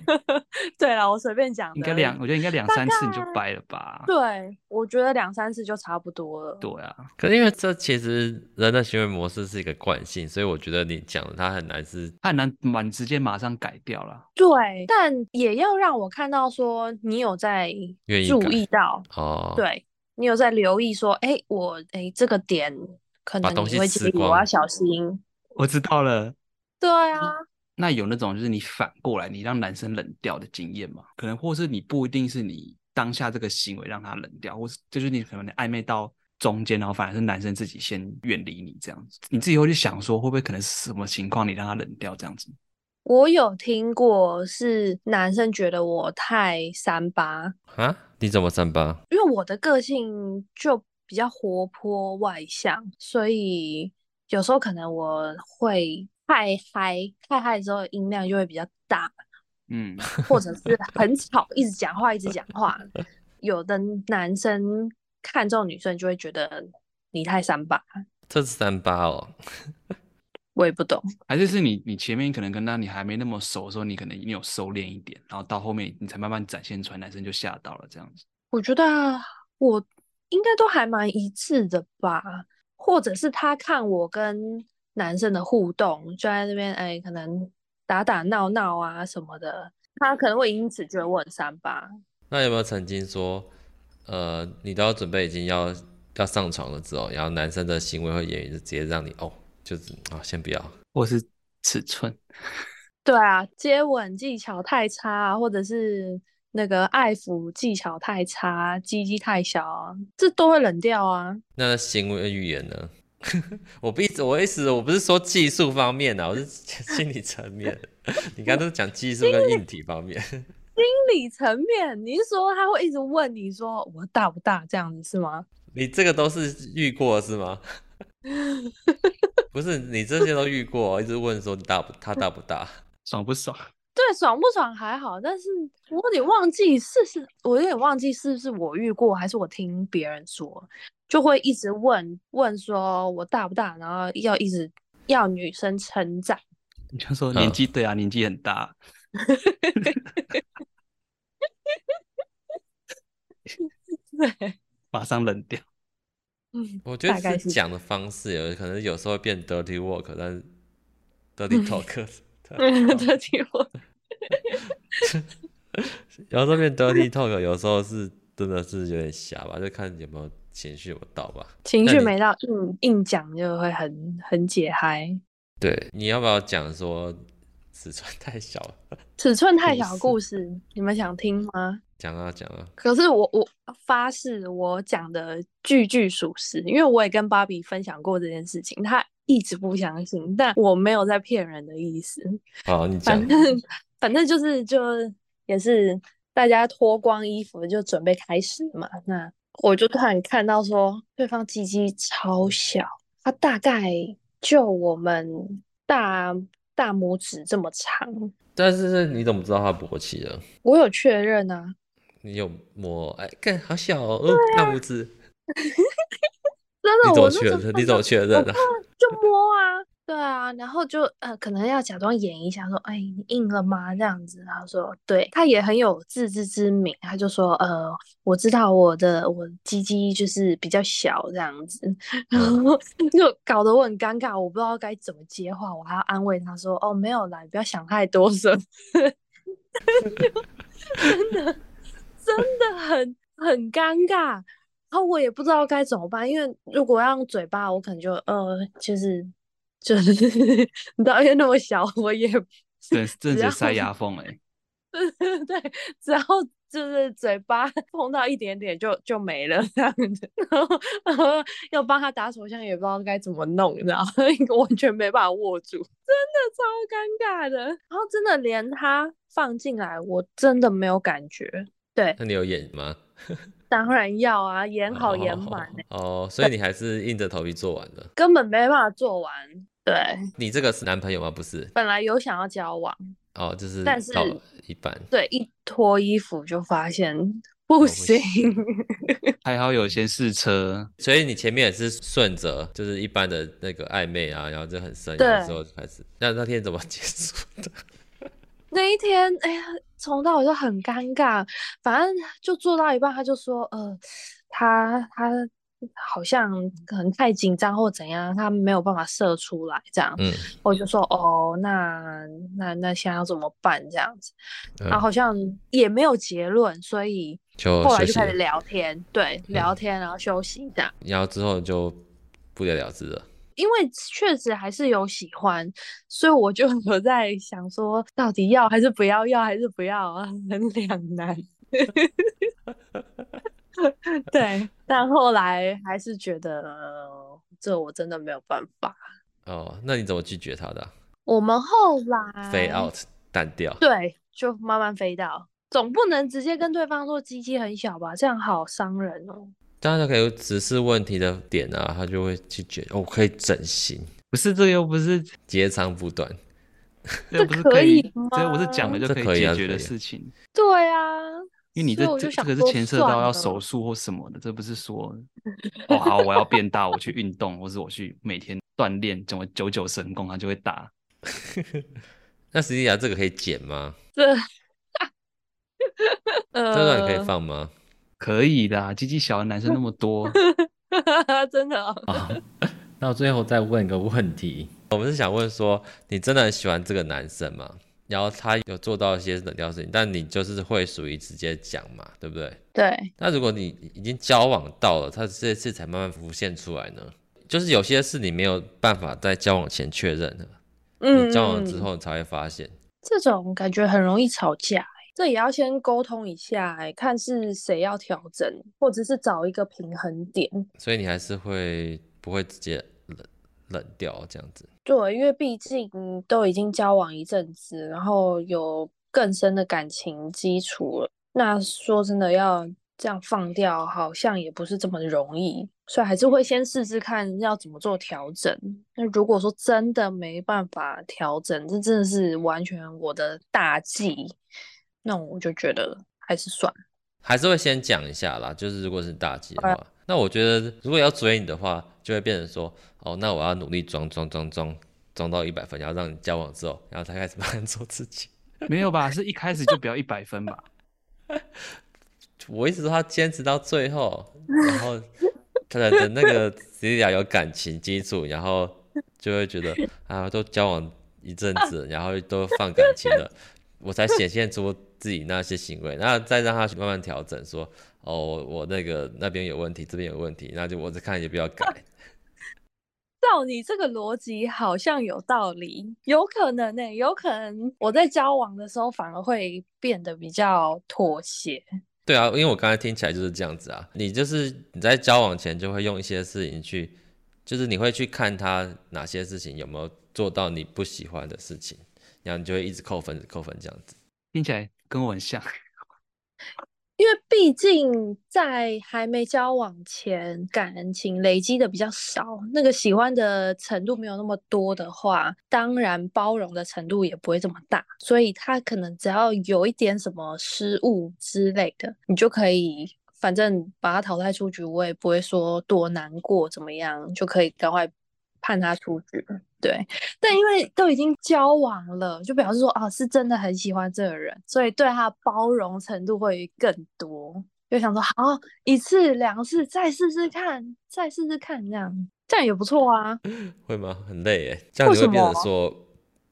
Speaker 1: 对了，我随便讲的而已，
Speaker 3: 应该两，我觉得应该两
Speaker 1: 大
Speaker 3: 三次你就
Speaker 1: 概
Speaker 3: 掰了吧？
Speaker 1: 对，我觉得两三次就差不多了。
Speaker 3: 对啊，
Speaker 2: 可是因为这其实人的行为模式是一个惯性，所以我觉得你讲的他很难是
Speaker 3: 他很难蛮直接马上改掉了。
Speaker 1: 对，但也要让我看到说你有在
Speaker 2: 愿意
Speaker 1: 注
Speaker 2: 改
Speaker 1: 意到，
Speaker 2: 哦，，
Speaker 1: 对你有在留意说，哎，我哎这个点可
Speaker 2: 把
Speaker 1: 能
Speaker 2: 东
Speaker 1: 你
Speaker 2: 西
Speaker 1: 会
Speaker 2: 吃
Speaker 1: 介意，我
Speaker 2: 光
Speaker 1: 要小心。
Speaker 3: 我知道了。
Speaker 1: 对啊，
Speaker 2: 嗯
Speaker 3: 那有那种就是你反过来你让男生冷掉的经验吗？可能或是你不一定是你当下这个行为让他冷掉，或是就是你可能暧昧到中间，然后反而是男生自己先远离你这样子，你自己会去想说会不会可能是什么情况你让他冷掉这样子？
Speaker 1: 我有听过是男生觉得我太三八，
Speaker 2: 啊，你怎么三八？
Speaker 1: 因为我的个性就比较活泼外向，所以有时候可能我会太嗨，太嗨的时候音量就会比较大，
Speaker 3: 嗯，
Speaker 1: 或者是很吵，一直讲话，一直讲话。有的男生看中女生就会觉得你太三八，
Speaker 2: 这是三八哦，
Speaker 1: 我也不懂。
Speaker 3: 还是是你你前面可能跟他你还没那么熟的时候，你可能你有收敛一点，然后到后面你才慢慢展现出来，男生就吓到了这样子。
Speaker 1: 我觉得我应该都还蛮一致的吧，或者是他看我跟男生的互动，就在那边哎，可能打打闹闹啊什么的，他可能会因此觉得我很三八。
Speaker 2: 那有没有曾经说，呃，你都要准备已经要要上床了之后，然后男生的行为和言语就直接让你哦，就是啊、先不要，
Speaker 3: 或是尺寸，
Speaker 1: 对啊，接吻技巧太差啊，或者是那个爱抚技巧太差，鸡鸡太小啊，这都会冷掉啊。
Speaker 2: 那行为语言呢？ 我不意思，我意思我不是说技术方面啊的，我是心理层面。你刚刚都是讲技术跟硬体方面，
Speaker 1: 心理层面，你是说他会一直问你说我大不大这样子是吗？
Speaker 2: 你这个都是遇过 是吗？不是，你这些都遇过，一直问说你大不他大不大？
Speaker 3: 爽不爽？
Speaker 1: 对，爽不爽还好，但是我有点忘记是是，我有点忘记是不是我遇过，还是我听别人说，就会一直问问说我大不大，然后要一直要女生称赞。
Speaker 3: 你就说
Speaker 2: 嗯
Speaker 3: 年纪对啊，年纪很大，
Speaker 1: 对，
Speaker 3: 马上冷掉。
Speaker 1: 嗯，
Speaker 2: 我觉得
Speaker 1: 大概
Speaker 2: 是
Speaker 1: 是
Speaker 2: 讲的方式有可能有时候会变 dirty work，但是 dirty talk，
Speaker 1: 这题我
Speaker 2: 有时候变 dirty talk，有时候是真的是有点瞎吧，就看有没有情绪有到吧。
Speaker 1: 情
Speaker 2: 那
Speaker 1: 绪
Speaker 2: 你嗯
Speaker 1: 没到硬硬讲就会很很解嗨。
Speaker 2: 对，你要不要讲说尺寸太小 了？
Speaker 1: 尺寸太
Speaker 2: 故
Speaker 1: 小的
Speaker 2: 事
Speaker 1: 故事，你们想听吗？
Speaker 2: 讲啊讲啊，
Speaker 1: 可是我我发誓，我讲的句句属实，因为我也跟芭比分享过这件事情，她一直不相信，但我没有在骗人的意思。
Speaker 2: 好，你讲
Speaker 1: 反。正 反正就是就也是大家脱光衣服就准备开始嘛，那我就突然看到说对方鸡鸡超小，它大概就我们大大拇指这么长，
Speaker 2: 但是是你怎么知道他勃起了？
Speaker 1: 我有确认啊，
Speaker 2: 你有摸？哎，看好小哦，哦大拇指。
Speaker 1: 真
Speaker 2: 你
Speaker 1: 的，
Speaker 2: 怎么
Speaker 1: 我那
Speaker 2: 确
Speaker 1: 时候
Speaker 2: 认？
Speaker 1: 真
Speaker 2: 你怎
Speaker 1: 的
Speaker 2: 么确认
Speaker 1: 我
Speaker 2: 啊？
Speaker 1: 就摸啊，对啊，然后就呃，可能要假装演一下，说，哎，你硬了吗？这样子，他说，对，他也很有自知之明，他就说，呃，我知道我的我鸡鸡就是比较小这样子，然
Speaker 2: 嗯
Speaker 1: 后 就搞得我很尴尬，我不知道该怎么接话，我还要安慰他说，哦，没有啦，你不要想太多什么， 就真的真的很很尴尬。然后我也不知道该怎么办，因为如果要用嘴巴，我可能就呃，就是就是 你知道，因为那么小，我也
Speaker 3: 真真
Speaker 1: 只
Speaker 3: 的
Speaker 1: 要
Speaker 3: 是塞牙缝哎、
Speaker 1: 对，只要就是嘴巴 碰到一点点就就没了这样子， 然后然后要帮他打手枪，也不知道该怎么弄，你知 道，完全没办法握住，真的超尴尬的。然后真的连他放进来，我真的没有感觉。对，
Speaker 2: 那你有演吗？
Speaker 1: 当然要啊，演好演
Speaker 2: 哦
Speaker 1: 满、欸，
Speaker 2: 哦，所以你还是硬着头皮做完了。
Speaker 1: 根本没办法做完。对，
Speaker 2: 你这个是男朋友吗？不是，
Speaker 1: 本来有想要交往，
Speaker 2: 哦，就是
Speaker 1: 但是
Speaker 2: 到一半。
Speaker 1: 对，一脱衣服就发现
Speaker 2: 哦
Speaker 1: 不行，
Speaker 3: 还好有先试车，
Speaker 2: 所以你前面也是顺着，就是一般的那个暧昧啊，然后就很深，
Speaker 1: 对
Speaker 2: 然后之后就开始。那那天怎么 结束的？
Speaker 1: 那一天，哎呀，从头到尾就很尴尬。反正就做到一半，他就说，呃，他他好像可能太紧张或怎样，他没有办法射出来这样。
Speaker 2: 嗯，
Speaker 1: 我就说，哦，那那那现在要怎么办这样子？
Speaker 2: 嗯
Speaker 1: 然后好像也没有结论，所以
Speaker 2: 就
Speaker 1: 后来
Speaker 2: 休
Speaker 1: 就
Speaker 2: 息
Speaker 1: 开始
Speaker 2: 了，嗯
Speaker 1: 聊天，对，聊天然后休息这样。
Speaker 2: 然后之后就不了了之了。
Speaker 1: 因为确实还是有喜欢，所以我就 有在想说，到底要还是不要，要还是不要啊， 很两难。 对，但后来还是觉得、呃这我真的没有办法。
Speaker 2: 哦，那你怎么拒绝他的啊、
Speaker 1: 我们后来
Speaker 2: 飞 out 淡掉。
Speaker 1: 对，就慢慢飞到，总不能直接跟对方说鸡鸡很小吧，这样好伤人哦。
Speaker 2: 当然可以直视问题的点啊，他就会去觉得哦，可以整形，
Speaker 3: 不是这个又不是，
Speaker 2: 截长补短。
Speaker 3: 这又不是
Speaker 1: 可以
Speaker 3: 以，
Speaker 1: 吗
Speaker 3: 这又不是讲了就
Speaker 2: 这
Speaker 3: 可
Speaker 2: 可以
Speaker 3: 以
Speaker 2: 啊
Speaker 3: 解决
Speaker 2: 这
Speaker 3: 的
Speaker 2: 可以啊
Speaker 3: 事情，
Speaker 1: 对啊，
Speaker 3: 因为你
Speaker 1: 所
Speaker 3: 这
Speaker 1: 以我
Speaker 3: 这
Speaker 1: 就
Speaker 3: 这
Speaker 1: 想
Speaker 3: 个是
Speaker 1: 说
Speaker 3: 牵涉
Speaker 1: 算
Speaker 3: 到要
Speaker 1: 了
Speaker 3: 手术或什么的，这不是说哦好我要变大，我去运动，或是我去每天锻炼，怎么九九神功，他就会打。
Speaker 2: 那实际上这个可以剪吗？
Speaker 1: 这，
Speaker 2: 这
Speaker 1: 呃，
Speaker 2: 段可以放吗？
Speaker 3: 可以的，啊鸡鸡小的男生那么多
Speaker 1: 放， 真的、哦。
Speaker 2: 那我最后再问一个问题，我们是想问说，你真的很喜欢这个男生吗？然后他有做到一些冷调事情，但你就是会属于直接讲嘛，对不对？
Speaker 1: 对，
Speaker 2: 那如果你已经交往到了，他这次才慢慢浮现出来呢？就是有些事你没有办法在交往前确认的，
Speaker 1: 嗯，
Speaker 2: 你交往之
Speaker 1: 嗯
Speaker 2: 后你才会发现。
Speaker 1: 这种感觉很容易吵架欸、这也要先沟通一下、欸，看是谁要调整，或者是找一个平衡点。
Speaker 2: 所以你还是会不会直接冷冷掉这样子？
Speaker 1: 对，因为毕竟都已经交往一阵子，然后有更深的感情基础了。那说真的，要这样放掉，好像也不是这么容易，所以还是会先试试看要怎么做调整。那如果说真的没办法调整，这真的是完全我的大忌，那我就觉得还是算了。
Speaker 2: 还是会先讲一下啦，就是如果是大忌的话，那我觉得如果要追你的话，就会变成说，哦，那我要努力装装装装装到一百分，然后让你交往之后，然后才开始慢慢做自己。
Speaker 3: 没有吧？是一开始就不要一百分吧？
Speaker 2: 我一直说他坚持到最后，然后他的的那个 Celia 有感情基础，然后就会觉得啊，都交往一阵子，然后都放感情了，我才显现出自己那些行为，那再让他去慢慢调整，说哦，我我那个那边有问题，这边有问题，那就我只看也不要改。
Speaker 1: 照你这个逻辑，好像有道理，有可能呢、有可能我在交往的时候反而会变得比较妥协。
Speaker 2: 对啊，因为我刚才听起来就是这样子啊，你就是你在交往前就会用一些事情去，就是你会去看他哪些事情有没有做到你不喜欢的事情，然后你就会一直扣分扣分这样子。
Speaker 3: 听起来跟我很像。
Speaker 1: 因为毕竟在还没交往前，感情累积的比较少，那个喜欢的程度没有那么多的话，当然包容的程度也不会这么大。所以他可能只要有一点什么失误之类的，你就可以，反正把他淘汰出局，我也不会说多难过怎么样，就可以赶快判他出局。对，但因为都已经交往了，就表示说啊，是真的很喜欢这个人，所以对他的包容程度会更多。就想说，好，一次、两次，再试试看，再试试看，这样这样也不错啊。
Speaker 2: 会吗？很累耶，这样你
Speaker 1: 为
Speaker 2: 会
Speaker 1: 什
Speaker 2: 变
Speaker 1: 么
Speaker 2: 成说，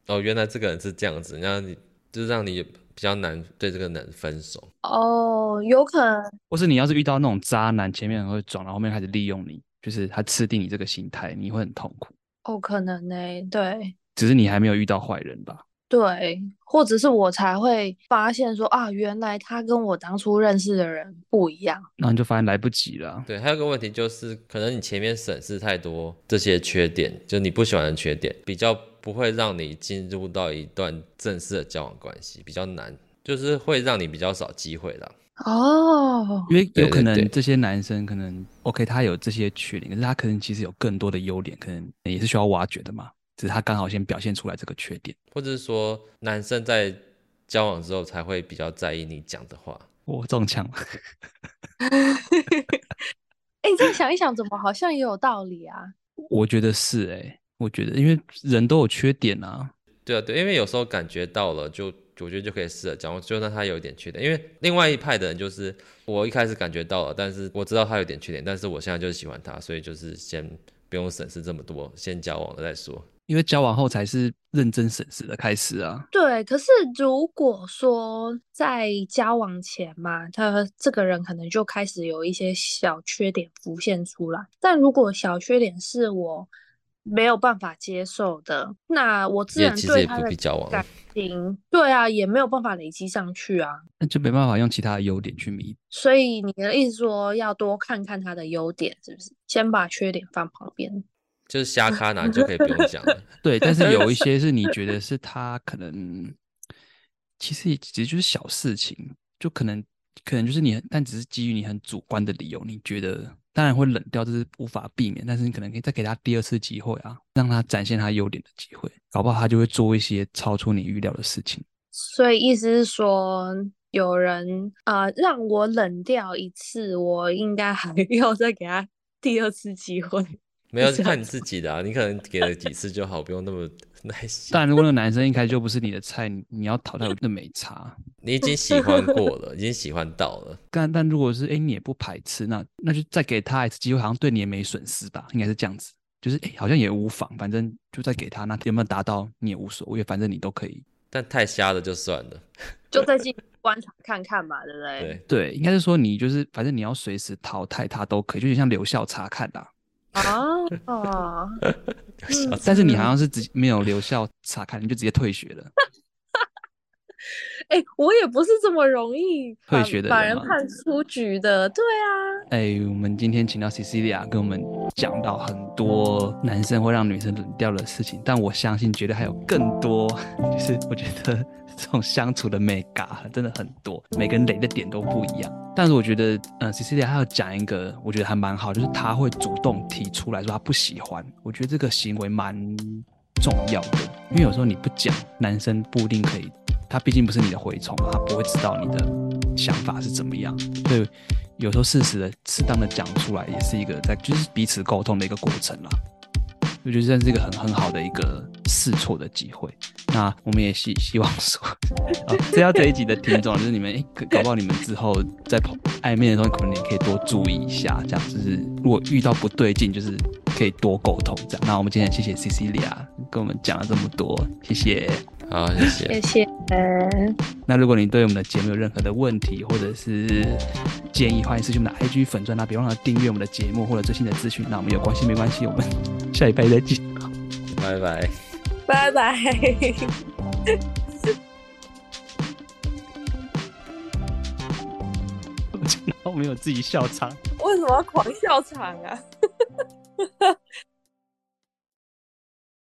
Speaker 2: 哦，原来这个人是这样子，然后你就是让你比较难对这个人分手。
Speaker 1: 哦，有可能，
Speaker 3: 或是你要是遇到那种渣男，前面很会装，然后后面开始利用你，就是他吃定你这个心态，你会很痛苦。
Speaker 1: 哦，可能呢、对
Speaker 3: 只是你还没有遇到坏人吧？
Speaker 1: 对，或者是我才会发现说啊，原来他跟我当初认识的人不一样。
Speaker 3: 然后你就发现来不及了啊。
Speaker 2: 对，还有个问题就是，可能你前面审视太多这些缺点，就是你不喜欢的缺点，比较不会让你进入到一段正式的交往关系，比较难，就是会让你比较少机会啦。
Speaker 1: 哦，
Speaker 3: 因为有
Speaker 2: 对
Speaker 3: 可
Speaker 2: 对对
Speaker 3: 能这些男生可能 OK，他有这些缺点，可是他可能其实有更多的优点，可能也是需要挖掘的嘛。只是他刚好先表现出来这个缺点。
Speaker 2: 或者是说，男生在交往之后才会比较在意你讲的话，
Speaker 3: 我中枪了，
Speaker 1: 哎、你再想一想，怎么好像也有道理啊？
Speaker 3: 我觉得是诶、我觉得因为人都有缺点啊，
Speaker 2: 对啊，对，因为有时候感觉到了，就我觉得就可以试着讲，就算他有一点缺点，因为另外一派的人就是我一开始感觉到了，但是我知道他有点缺点，但是我现在就是喜欢他，所以就是先不用审视这么多，先交往了再说。
Speaker 3: 因为交往后才是认真审视的开始啊。
Speaker 1: 对，可是如果说在交往前嘛，他这个人可能就开始有一些小缺点浮现出来。但如果小缺点是我没有办法接受的，那我自
Speaker 2: 也
Speaker 1: 然
Speaker 2: 其实
Speaker 1: 对
Speaker 2: 也
Speaker 1: 他
Speaker 2: 不
Speaker 1: 的
Speaker 2: 必交往，
Speaker 1: 感情，对啊，也没有办法累积上去啊。
Speaker 3: 那就没办法用其他的优点去弥。
Speaker 1: 所以你的意思说要多看看他的优点，是不是？先把缺点放旁边。
Speaker 2: 就是 瞎咖男就可以不用讲了。
Speaker 3: 对，但是有一些是你觉得是他可能，其实也其实就是小事情，就可能可能就是你很，但只是基于你很主观的理由，你觉得当然会冷掉，这是无法避免，但是你可能可以再给他第二次机会啊，让他展现他优点的机会，搞不好他就会做一些超出你预料的事情。
Speaker 1: 所以意思是说，有人啊、呃让 我冷掉一次，我应该还要再给他第二次机会。
Speaker 2: 没有是看你自己的啊，你可能给了几次就好，不用那么 耐心。
Speaker 3: 但如果那个男生一开始就不是你的菜，你你要淘汰我那没差。
Speaker 2: 你已经喜欢过了，已经喜欢到了，
Speaker 3: 但但如果是哎、诶你也不排斥，那那就再给他一次机会，好像对你也没损失吧？应该是这样子，就是哎、诶好像也无妨，反正就再给他，那有没有达到你也无所谓，反正你都可以。
Speaker 2: 但太瞎了就算了。
Speaker 4: 就再进行观察看看嘛，对不对？
Speaker 2: 对，
Speaker 3: 对，应该是说你就是反正你要随时淘汰他都可以，就有点像留校察看啦、
Speaker 1: 哦
Speaker 4: 啊，
Speaker 1: 嗯啊
Speaker 2: 小
Speaker 3: 但是你好像是直接没有留校察看，你就直接退学了。
Speaker 1: 哎、我也不是这么容易
Speaker 3: 退
Speaker 1: 把
Speaker 3: 学的
Speaker 1: 把
Speaker 3: 人
Speaker 1: 人
Speaker 3: 吗
Speaker 1: 判出局的，对啊。
Speaker 3: 哎，我们今天请到 Cecilia 跟我们讲到很多男生会让女生冷掉的事情，但我相信绝对还有更多， 就是我觉得这种相处的美感真的很多，每个人雷的点都不一样。但是我觉得，呃，Cecilia 她要讲一个，我觉得还蛮好，就是她会主动提出来说她不喜欢，我觉得这个行为蛮重要的，因为有时候你不讲，男生不一定可以，他毕竟不是你的蛔虫嘛，他不会知道你的想法是怎么样，所以有时候适时的、适当的讲出来，也是一个在就是彼此沟通的一个过程啦。我觉得这是一个很很好的一个试错的机会。那我们也希希望说， 啊，这要这一集的听众，就是你们，诶可搞不好你们之后在碰暧昧的时候，可能也可以多注意一下，这样就是如果遇到不对劲，就是可以多沟通这样。那我们今天很谢谢 Cecilia 跟我们讲了这么多，谢谢。
Speaker 2: 好，谢
Speaker 1: 谢
Speaker 2: 谢。
Speaker 1: 谢。
Speaker 3: 那如果你对我们的节目有任何的问题或者是建议，欢迎私信我们的 IG 粉钻那别忘了订阅我们的节目或者最新的资讯。那我们有关系没关系，我们 下礼拜再见。
Speaker 2: 拜拜。
Speaker 1: 拜拜。
Speaker 3: 我竟然没有自己笑场。
Speaker 1: 为什么要狂笑场啊？